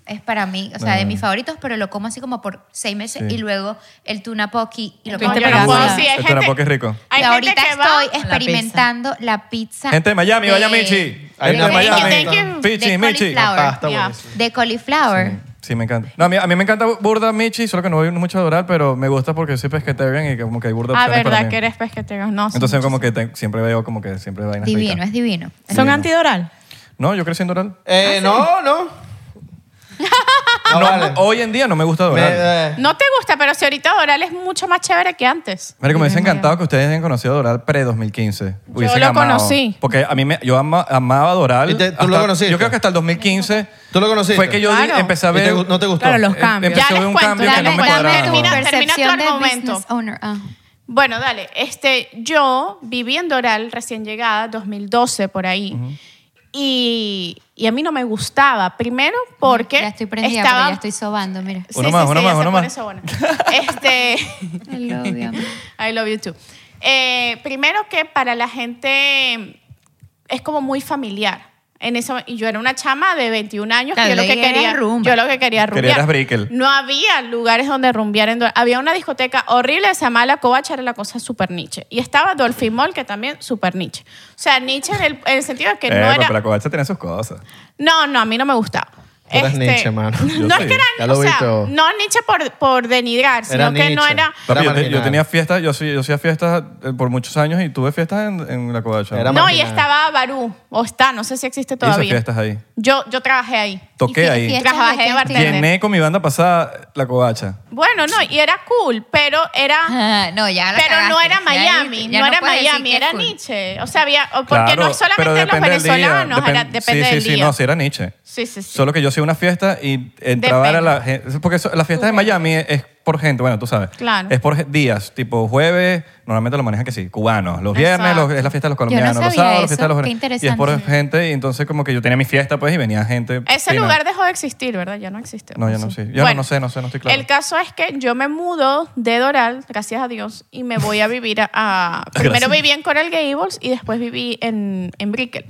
Es para mí, o sea, de mis favoritos, pero lo como así como por seis meses Sí. y luego el tuna pocky y lo Estuviste como Yo pegada. no puedo, Pegasa. sí, hay El gente- terapoque es rico. hay y gente ahorita que va- estoy la pizza. experimentando la pizza. Gente de Miami, vaya Michi. Hay Gente de una Miami. Thank you, thank you. Pichi, de Michi. cauliflower. Pasta Ya. buenísima. De cauliflower. Sí, me encanta. No, a mí, a mí me encanta Burda Michi, solo que no voy mucho a adorar, pero me gusta porque soy pesqueterian y como que hay Burda Ah, opciones para verdad mí. que eres pesquetero. No, son Entonces como muchísimos. que te- siempre veo como que siempre vainas Divino, ricas. es divino. ¿Son antidoral? No, yo crecí en Doral. Ah, Eh, no, no. No, vale. Hoy en día no me gusta Me- Doral. eh, No te gusta, pero si ahorita Doral es mucho más chévere que antes. Marico, me hubiese encantado que ustedes hayan conocido a Doral pre-2015. Hubiesen lo conocí. Porque a mí me, yo ama- amaba a Doral. ¿Y te- tú hasta- lo conociste? Yo creo que hasta el 2015 ¿Tú lo conociste? fue que yo Claro. di- empecé a ¿Y te ver... gu- no te gustó? Claro, los em- cambios. Empecé Ya a ver un les cuento, cambio ya que no les me cuento. cuadraba. Termina- termina tu Percepción de argumento. business owner. Ah. Bueno, dale. Este, yo viví en Doral recién llegada, 2012 por ahí. Y, y a mí no me gustaba. Primero porque Ya estoy prendida, estaba... pero ya estoy sobando, mira. Sí, Uno sí, más, sí, uno ya más, se uno pone más. sobona. Este... I love you, amor. I love you too. Eh, primero que para la gente es como muy familiar. En eso, y yo era una chama de 21 años Claro, que yo lo de que ahí era quería rumba. yo lo que quería rumbear. eras brickel. No había lugares donde rumbear en Dol- había una discoteca horrible se llamaba La Covacha, era la cosa super niche y estaba Dolphin Mall que también super niche. O sea, niche en el, en el sentido de que Eh, no pero era la covacha tiene sus cosas. no, no, a mí no me gustaba. Este, Tú eras Nietzsche, mano. Yo No es sí, que ya eran, lo o sea, viste, o- no Nietzsche por, por denigrar, sino que no Nietzsche. era Papi, yo, te- yo marginal. tenía fiestas, yo, sí- yo hacía fiestas eh, por muchos años y tuve fiestas en, en la covacha. Era No, y marginal. estaba Barú, o está, no sé si existe Hice todavía. fiestas ahí. Yo, yo trabajé ahí. Y Toqué fie- ahí. fiestas Trabajé de de qué bartender. Llené con mi banda pasada la covacha. Bueno, no, y era cool, pero era... Ah, no, ya la Pero no cagaste. era Ya Miami, ni- no, ya era puedes decir Miami, que era cool. Nietzsche. O sea, había... o- Porque Claro, no solamente los depende del día, venezolanos, era- depen- depende sí, del sí, sí, día. no, sí era Nietzsche. Sí, sí, sí. Solo que yo hacía una fiesta y entraba a la gente. Porque eso- las fiestas de Miami es, es por gente, bueno, tú sabes. Claro. Es por ge- días, tipo jueves, normalmente lo manejan que sí, cubanos. Los Exacto. viernes los- es la fiesta de los no colombianos, los sabía sábados, la eso, fiesta de los. qué Y es por interesante. gente, y entonces como que yo tenía mi fiesta, pues, y venía gente. Ese fina. lugar dejó de existir, ¿verdad? Ya no existe. No, ya no sé. sé. Yo no- no sé, no sé, no estoy claro. El caso es que yo me mudo de Doral, gracias a Dios, y me voy a vivir a... a- primero Gracias. viví en Coral Gables y después viví en, en Brickell.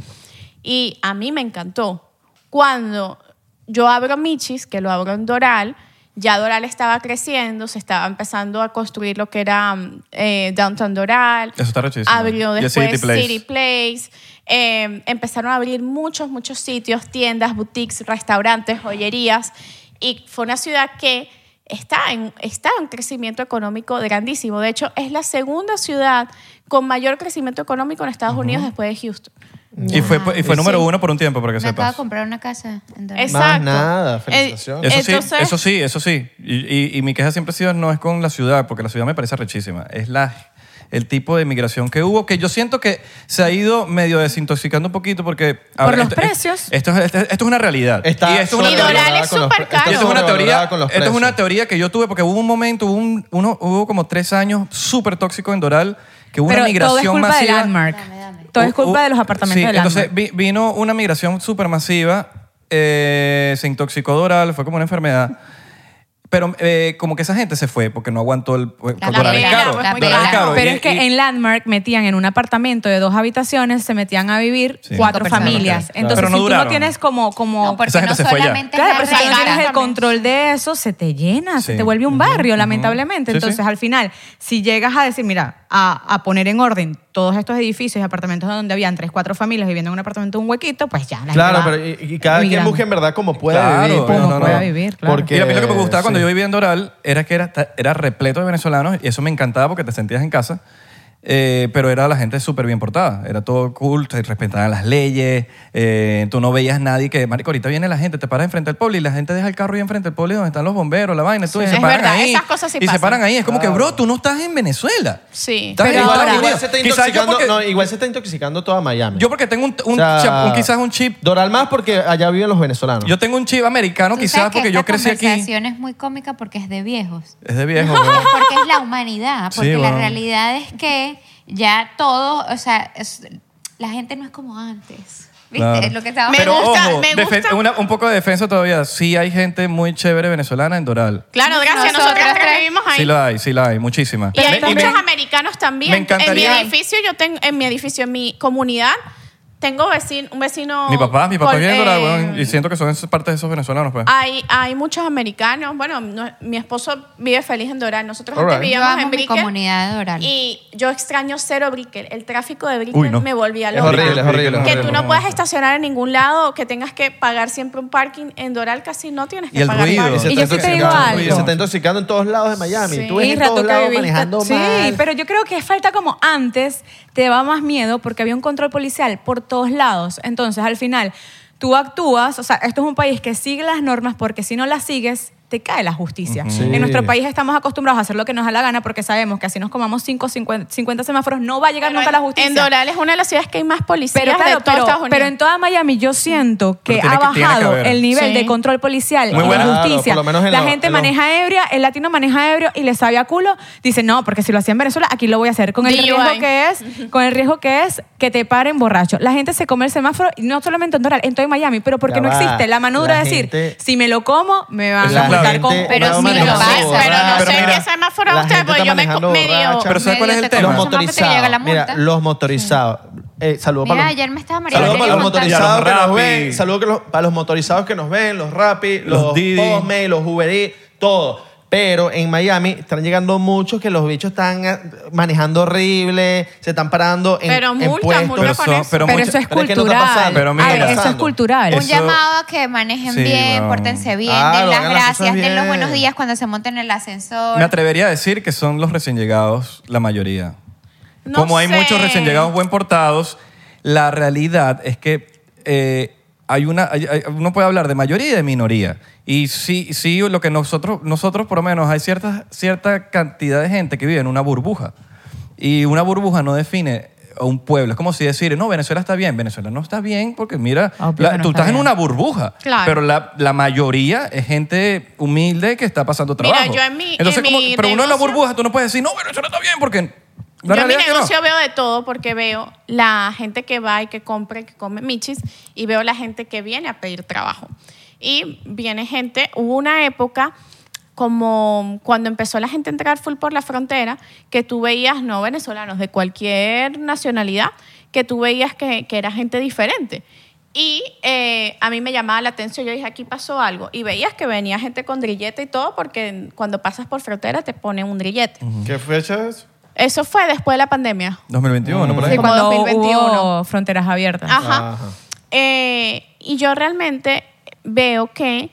Y a mí me encantó. Cuando yo abro Michis, que lo abro en Doral, ya Doral estaba creciendo, se estaba empezando a construir lo que era mm, eh, Downtown Doral. Eso está rechísimo. Abrió Y el después City Place. City Place. Eh, empezaron a abrir muchos, muchos sitios, tiendas, boutiques, restaurantes, joyerías. Y fue una ciudad que está en, está en un crecimiento económico grandísimo. De hecho, es la segunda ciudad con mayor crecimiento económico en Estados Unidos después de Houston. Y fue, y fue número uno por un tiempo, para que Me acabo sepas. de comprar una casa. en Doral. Exacto. nada, Eh, felicitaciones. Eso entonces, sí, eso sí, eso sí. Y, y- y mi queja siempre ha sido no es con la ciudad, porque la ciudad me parece rechísima. Es la, el tipo de migración que hubo, que yo siento que se ha ido medio desintoxicando un poquito porque... ahora, los esto- es- precios. Esto, es- esto, es una realidad. Está y esto es una Y teoría. Doral sobrevalorada es con los súper pre- está caro. Esto es una teoría, sobrevalorada con los esto es precios. una teoría que yo tuve porque hubo un momento, hubo, un- uno, hubo como tres años súper tóxico en Doral, que hubo Pero una migración todo es culpa de masiva. Landmark. Dame, dame. Todo es culpa Uh, uh, de los apartamentos sí, de Landmark. entonces vi- vino una migración súper masiva, se intoxicó Doral, fue como una enfermedad. Pero eh, como que esa gente se fue porque no aguantó el... eh, porque La Doral es pega, caro. la Doral pega. es caro. Pero Y- es que y- en Landmark metían en un apartamento de dos habitaciones, se metían a vivir Sí. cuatro Cinco personas. familias. Claro. Entonces, Pero no si tú no duraron. tienes como... como No, porque Esa gente no se fue ya. solamente Claro, es pero la si tú no renta. tienes el control de eso, se te llena, se Sí. te vuelve un barrio, lamentablemente. Sí, Entonces, sí. al final, si llegas a decir, mira, a, a poner en orden todos estos edificios y apartamentos donde habían tres, cuatro familias viviendo en un apartamento, un huequito, pues ya. la gente Claro, va pero y, y cada quien migrando. busca en verdad como puede Claro, vivir. pues, como pueda vivir, claro. Y a mí lo que me gustaba cuando yo vivía en Doral era que era, era repleto de venezolanos y eso me encantaba porque te sentías en casa. eh, pero era la gente súper bien portada. Era todo cool, se respetaban las leyes. eh, tú no veías nadie que, marico, ahorita viene la gente, te paras enfrente al pueblo y la gente deja el carro ahí enfrente al pueblo donde están los bomberos, la vaina. Tú, y se Es paran verdad, ahí. esas cosas sí y se pasan. paran ahí. Es como que, bro, tú no estás en Venezuela. Sí. Estás en Pero Estados Igual, ahora- igual Unidos. se está Quizás yo intoxicando, porque- no, igual se está intoxicando toda Miami. yo porque tengo un, un O sea, chap- un- quizás un chip. Doral más porque allá viven los venezolanos. Yo tengo un chip americano, Tú quizás sabes que porque esta yo crecí aquí. conversación es muy cómica porque es de viejos. Es de viejo. Porque, bro. porque es la humanidad, Sí, porque la bueno. realidad es que ya todo, o sea, es- la gente no es como antes. ¿Viste? Claro. Lo que estaba Me Ah, Pero gusta, ojo, me defen- gusta. una- un poco de defensa todavía. Sí hay gente muy chévere venezolana en Doral. Claro, gracias. Nosotras Nosotras tres. tres vivimos ahí. Sí la hay, sí la hay, muchísima. Y hay Me- y me- muchos americanos también. me encantaría- En mi edificio, yo tengo, en mi edificio, en mi comunidad, tengo vecino, un vecino. mi papá, mi papá col- viene en Doral, eh, Ah, weón, y siento que son esas partes de esos venezolanos, pues. hay, hay muchos americanos. Bueno, no- mi esposo vive feliz en Doral. Nosotros antes Alright. Yo vivíamos amo en mi Brickell. comunidad de Doral. Y yo extraño cero Brickell. El tráfico de Brickell Uy, no. me volvía es loca. horrible, es horrible. es Que horrible. tú no puedas estacionar en ningún lado, que tengas que pagar siempre un parking. En Doral casi no tienes Y que el pagar ruido. parking. se Y está yo sí te digo intoxicando, algo. y Se está intoxicando en todos lados de Miami. Sí. Tú ves en Isra, tú todos que lados viviste- manejando sí, mal. pero yo creo que es falta como antes, te daba más miedo porque había un control policial por todos lados. Entonces, al final, tú actúas, o sea, esto es un país que sigue las normas porque si no las sigues, te cae la justicia. Sí. En nuestro país estamos acostumbrados a hacer lo que nos da la gana porque sabemos que así nos comamos 5, 50, 50 semáforos, no va a llegar Pero nunca en- la justicia. En Doral es una de las ciudades que hay más policías pero claro, de todo pero, Estados Unidos. pero en toda Miami yo siento que Pero tiene ha que- tiene que bajado haber. el nivel Sí. de control policial Muy y buena. de Claro, justicia. por lo menos en la lo- gente en lo- maneja ebria, el latino maneja ebrio y le sabe a culo. Dice, no, porque si lo hacía en Venezuela, aquí lo voy a hacer. Con el DUI. riesgo que es, con el riesgo que es que te paren borracho. La gente se come el semáforo, y no solamente en Doral, en todo Miami, pero porque Ya no va. existe la manura La de decir, gente- si me lo como, me van La a multar gente con... va Pero sí lo manejando pasa. Pero no borracha. sé Pero qué mira, semáforo la usted, gente porque está yo me manejando medio- borracha. Pero ¿sabes cuál es el Medio te tema? Los Los semáforos te llega la motorizados. Mira, multa. los motorizados. Eh, saludos Mira, para los, ayer me estaba mareando. saludos para los Quería contar- motorizados Y a que los nos Rappi. ven. Saludos que los- para los motorizados que nos ven, los Rappi, Los los, Didi. Postmates, los Uber Eats, todo. Pero en Miami están llegando muchos que los bichos están ah, manejando horrible, se están parando en, Pero en multas, puestos. multas. pero con son, eso. pero, Pero mucha- eso es pero es que no está cultural. pasando. Pero mira, A ver, eso es pasando. cultural. Un Eso- llamado a que manejen Sí, Ah, bien, no. pórtense bien, Claro, den las hagan las cosas gracias, den los bien. buenos días cuando se monten en el ascensor. me atrevería a decir que son los recién llegados la mayoría. No Como hay sé. muchos recién llegados buen portados, la realidad es que eh, hay una, hay- hay- uno puede hablar de mayoría y de minoría. Y sí, sí lo que nosotros, nosotros por lo menos, hay cierta, cierta cantidad de gente que vive en una burbuja. Y una burbuja no define a un pueblo. Es como si decir, no, Venezuela está bien. Venezuela no está bien porque, mira, Obvio la- que no tú Ah, está estás en bien. una burbuja. Claro. Pero la, la mayoría es gente humilde que está pasando Mira, trabajo. yo en mi- Entonces, en como- mi pero uno en la negocio- burbuja, tú no puedes decir, no, Venezuela está bien porque... La yo en mi realidad es que no. negocio veo de todo porque veo la gente que va y que compra y que come michis y veo la gente que viene a pedir trabajo. Y viene gente, hubo una época como cuando empezó la gente a entrar full por la frontera, que tú veías no venezolanos de cualquier nacionalidad, que tú veías que, que era gente diferente. Y eh, a mí me llamaba la atención, yo dije, aquí pasó algo. Y veías que venía gente con drillete y todo, porque cuando pasas por frontera te ponen un drillete. ¿Qué fecha es? Eso fue después de la pandemia. 2021, por Sí, ahí. como cuando 2021. hubo fronteras abiertas. Ah. Ajá. Ajá. Eh, y yo realmente veo que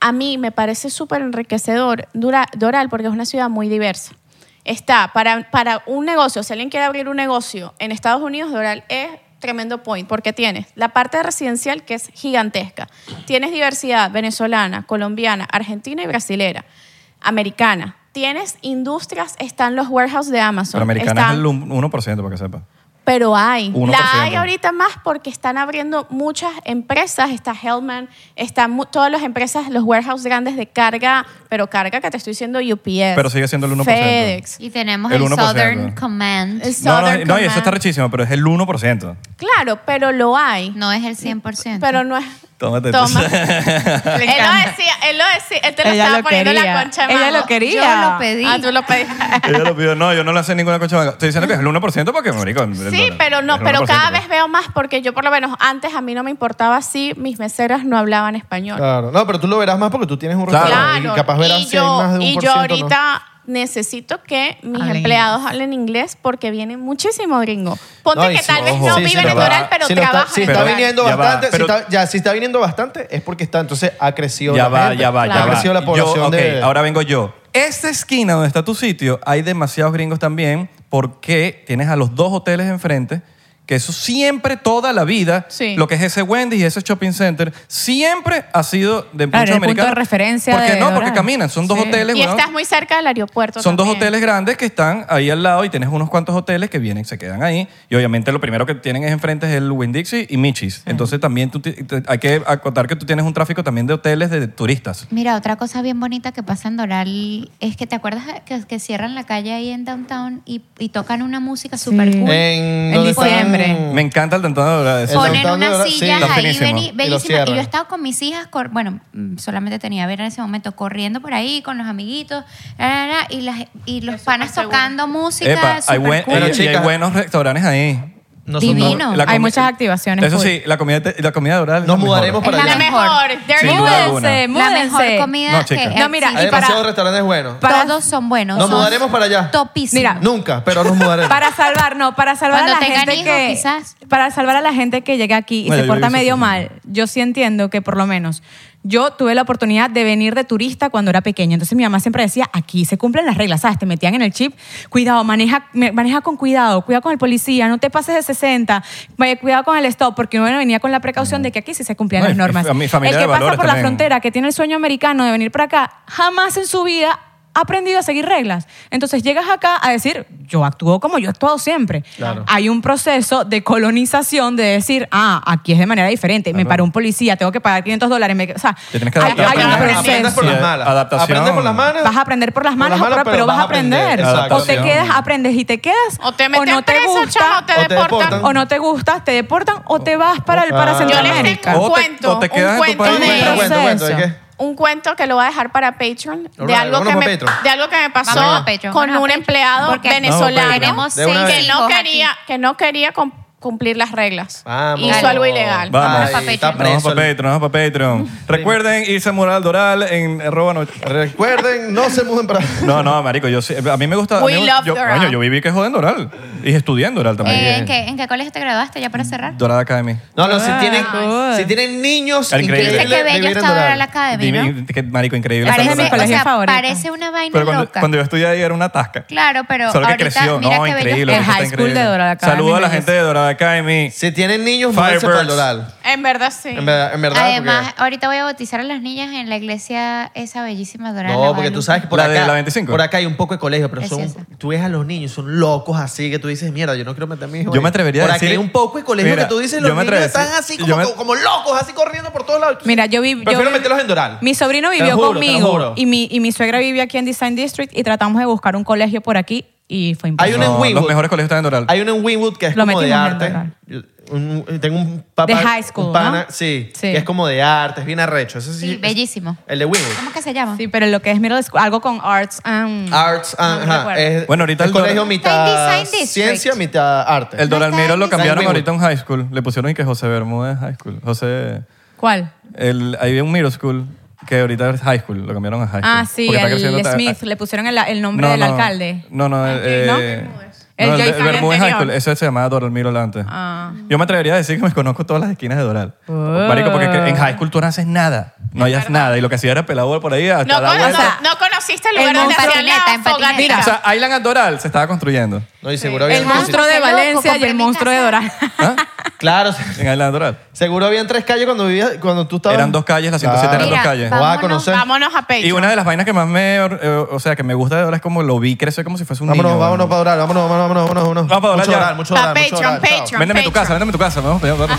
a mí me parece súper enriquecedor Dura- Doral porque es una ciudad muy diversa. Está, para, para un negocio, si alguien quiere abrir un negocio en Estados Unidos, Doral es tremendo point porque tienes la parte residencial que es gigantesca. Tienes diversidad venezolana, colombiana, argentina y brasilera, americana. Tienes industrias, están los warehouses de Amazon. Pero americana están- es el un- 1%, para que sepa. pero hay. 1%. La hay ahorita más porque están abriendo muchas empresas. Está Hellman, están mu- todas las empresas, los warehouses grandes de carga, pero carga que te estoy diciendo UPS. Pero sigue siendo el 1%. FedEx. y tenemos El el, 1%. Southern Command. El No, no, Southern no, y eso Command. está richísimo, pero es el 1%. Claro, pero lo hay. No es el 100%. Pero no es. Tómate. Toma. entonces. él encanta. lo decía, él lo decía, él te lo Ella estaba lo poniendo en la quería. concha de Ella mano. lo quería. Yo lo pedí. Ah, tú lo pedías. Ella lo pidió, no, yo no le hace ninguna concha de vaca. Estoy diciendo que es el 1% porque, marico, el- el Sí, dólar. pero no, El pero 1%, cada pues. vez veo más porque yo por lo menos antes a mí no me importaba si mis meseras no hablaban español. Claro. No, pero tú lo verás más porque tú tienes un Claro. restaurante Ah, y capaz verás y si hay yo, más de un y por yo ciento, ¿no? ahorita necesito que mis Hablen empleados hablen inglés porque viene muchísimo gringo. Ponte No, y que si- tal vez ojo, no sí, vive sí, en va. Doral, pero si lo trabaja está, si en está Doral. viniendo Ya va, bastante, pero- si, está, ya, si está viniendo bastante, es porque está, entonces ha crecido Ya la va, gente. ya va, ya Ha va. crecido la Yo, población ok, de... ahora vengo yo. Esta esquina donde está tu sitio, hay demasiados gringos también porque tienes a los dos hoteles enfrente que eso siempre, toda la vida, Sí. lo que es ese Wendy's y ese shopping center, siempre ha sido Claro, de muchos el punto de americanos. referencia ¿Por qué de no? Porque Doral. caminan. Son dos Sí. hoteles. Y weón. estás muy cerca del aeropuerto. Son dos también. hoteles grandes que están ahí al lado y tienes unos cuantos hoteles que vienen, se quedan ahí. Y obviamente lo primero que tienen es enfrente es el Winn-Dixie y Michis. Entonces también tú ti- te- hay que acotar que tú tienes un tráfico también de hoteles de turistas. Mira, otra cosa bien bonita que pasa en Doral es que te acuerdas que, que cierran la calle ahí en downtown y, y tocan una música súper cool. Eh, En, En ¿dónde están? diciembre. Me encanta el tantano de verdad. El Eso- Ponen downtown de unas Doral, sí. sillas Está ahí, finísimo. bellí- Y lo bellísimas. Y, yo cierran. estaba con mis hijas, cor- bueno, mm, solamente tenía a ver en ese momento, corriendo por ahí con los amiguitos, la, la, la, y, las, y los panas tocando música. Epa, hay, buen- súper cool. y- y hay chicas. buenos restaurantes ahí. Nosotros- Divino. La Hay comi- muchas activaciones Eso cool. sí, la comida, te- la comida de Doral es Nos la mejor. mudaremos para Es la allá. mejor. Mejor. There Sin you duda go. alguna. Múdense, La mejor múdense. comida No, chica. que No, mira, Hay y para- demasiados restaurantes buenos. para- todos son buenos. Nos son mudaremos para allá. Topísimos. Mira, Nunca, pero nos mudaremos. Para salvar, no, para salvar Cuando a la tengan gente hijos, que quizás. para salvar a la gente que llega aquí y Bueno, se yo porta hice medio eso. mal. Yo sí entiendo que por lo menos yo tuve la oportunidad de venir de turista cuando era pequeña. Entonces mi mamá siempre decía, aquí se cumplen las reglas, ¿sabes? Te metían en el chip, cuidado, maneja, me- maneja con cuidado, cuidado con el policía, no te pases de 60, vaya, cuidado con el stop, porque uno venía con la precaución de que aquí sí se cumplían No, y- las y normas. a mi El familia de que pasa por valores la también. frontera, que tiene el sueño americano de venir para acá, jamás en su vida ha aprendido a seguir reglas. Entonces llegas acá a decir, yo actúo como yo he actuado siempre. Hay un proceso de colonización de decir, ah, aquí es de manera diferente. Me paró un policía, tengo que pagar 500 dólares. me- o sea, Te tienes que hay, adaptar hay un primero. Aprendes por proceso. las malas. Adaptación. Aprendes por las malas. Vas a aprender por las malas, pero, pero vas a aprender. aprender. O te Adaptación. quedas, aprendes y te quedas. O te meten no te preso, gusta, chamo, te o te deportan. deportan. o no te gusta, te deportan o te vas para el para Yo les tengo Centroamérica. O te- cuento, o te un quedas en tu cuento país. de- Cuenta, cuenta, cuenta, ¿de proceso. qué? un cuento que lo voy a dejar para Patreon de Alright, algo que vámonos me, pa' Patreon. de algo que me pasó Vámonos a Patreon, con vámonos a un Patreon. empleado Porque venezolano Tenemos De seis una vez. que no hijos quería aquí. que no quería com- cumplir las reglas. Vamos. Hizo algo ilegal. Vamos. Ay, está Nos vamos preso. para Patreon, nos vamos para Patreon. Recuerden irse a Mural Doral en arroba no- Recuerden, no se muden para... No, no, marico, yo sí- a mí me gusta. We a mí me- love yo, Doral. coño, yo viví que joden Doral y estudié en Doral también. Eh, ¿en, qué, ¿En qué colegio te graduaste ya para cerrar? Doral Academy. No, no, Ah. si tienen, cool. si tienen niños, Era increíble. Dice increíble que bello vivir en está Doral. ahora la academia, ¿no? Dime, qué marico increíble. Parece- está es de Parece, mi colegio Doral. o sea, favorito. parece una vaina Pero cuando, loca. cuando yo estudié ahí era una tasca. Claro, pero Solo que ahorita creció, mira no, qué bello increíble. está. eso El está high school de increíble. Doral Academy, Saludo a la belleza. gente de Doral Academy. Si tienen niños, váyanse Firebirds. para el Doral. En verdad sí. En verdad, en verdad. Además, porque- ahorita voy a bautizar a las niñas en la iglesia esa bellísima dorada. No, porque tú sabes que por La de acá, la 25. por acá hay un poco de colegio, pero son, Preciosa. tú ves a los niños, son locos así que tú dices, mierda, yo no quiero meter a mi hijo. Yo me ahí". atrevería por a decir- aquí hay un poco de colegio Mira, que tú dices, yo los me niños atrevería a están decir- así yo como, me- como locos, así corriendo por todos lados. Mira, yo vi. yo Prefiero vi- meterlos en Doral. Mi sobrino Te vivió lo juro, te lo conmigo juro. y mi, y mi suegra vivía aquí en Design District y tratamos de buscar un colegio por aquí y fue Hay imposible. uno en No, los Winwood. mejores colegios están en Doral. Hay uno en Winwood que es Lo como de metimos en arte. Doral. Un- tengo un papá. De high school, un pana- ¿no? sí, Sí. Que es como de arte, es bien arrecho. Ese Sí, es- bellísimo. El de Winwood. ¿Cómo que se llama? Sí, pero lo que es middle school, algo con arts. um, and- Arts, ajá, recuerdo. es- Bueno, ahorita es el colegio Doral- Está en mitad Design District. ciencia, mitad arte. El Doral está Miro lo en- cambiaron Está en ahorita en high school. Le pusieron y que José Bermúdez High School. José. ¿Cuál? Este, El, ahí había un middle school que ahorita es high school, lo cambiaron a high school. Ah, sí, Porque está creciendo el ta- Smith. Le pusieron el, el nombre del alcalde. Ah, No, no, el, eh, ¿no? no, El el, Joy el Fan Bermúdez High anterior. School, ese se llamaba Doral Miro antes. Ah. Yo me atrevería a decir que me conozco todas las esquinas de Doral. Marico, porque en high school tú no haces nada, no hayas nada. Y lo que hacía era pelado por ahí hasta No, la cono- vuelta. no- no conociste el el lugar donde monstruo- hacían la patineta, en fogatica. patineta. O sea, Island and Doral se estaba construyendo. No, y seguro había El monstruo Qué de loco, Valencia y compré el mi monstruo de casa. Doral. ¿Ah? Claro, En Island and Doral. seguro habían tres calles cuando vivías, cuando tú estabas. Eran dos calles, la 107 eran dos Mira, calles. No vas a Vámonos, conocer. Vámonos a Patreon. Y una de las vainas que más me, eh, o sea, que me gusta de Doral es como lo vi crecer como si fuese un Vámonos, niño. vámonos para Doral, vámonos, vámonos, vámonos, Vamos vámonos. para Doral mucho ya. Doral, mucho Pa' Doral, mucho Patreon, Doral, chao. Patreon. Véndeme tu casa, véndeme tu casa. Vamos, vamos, vamos.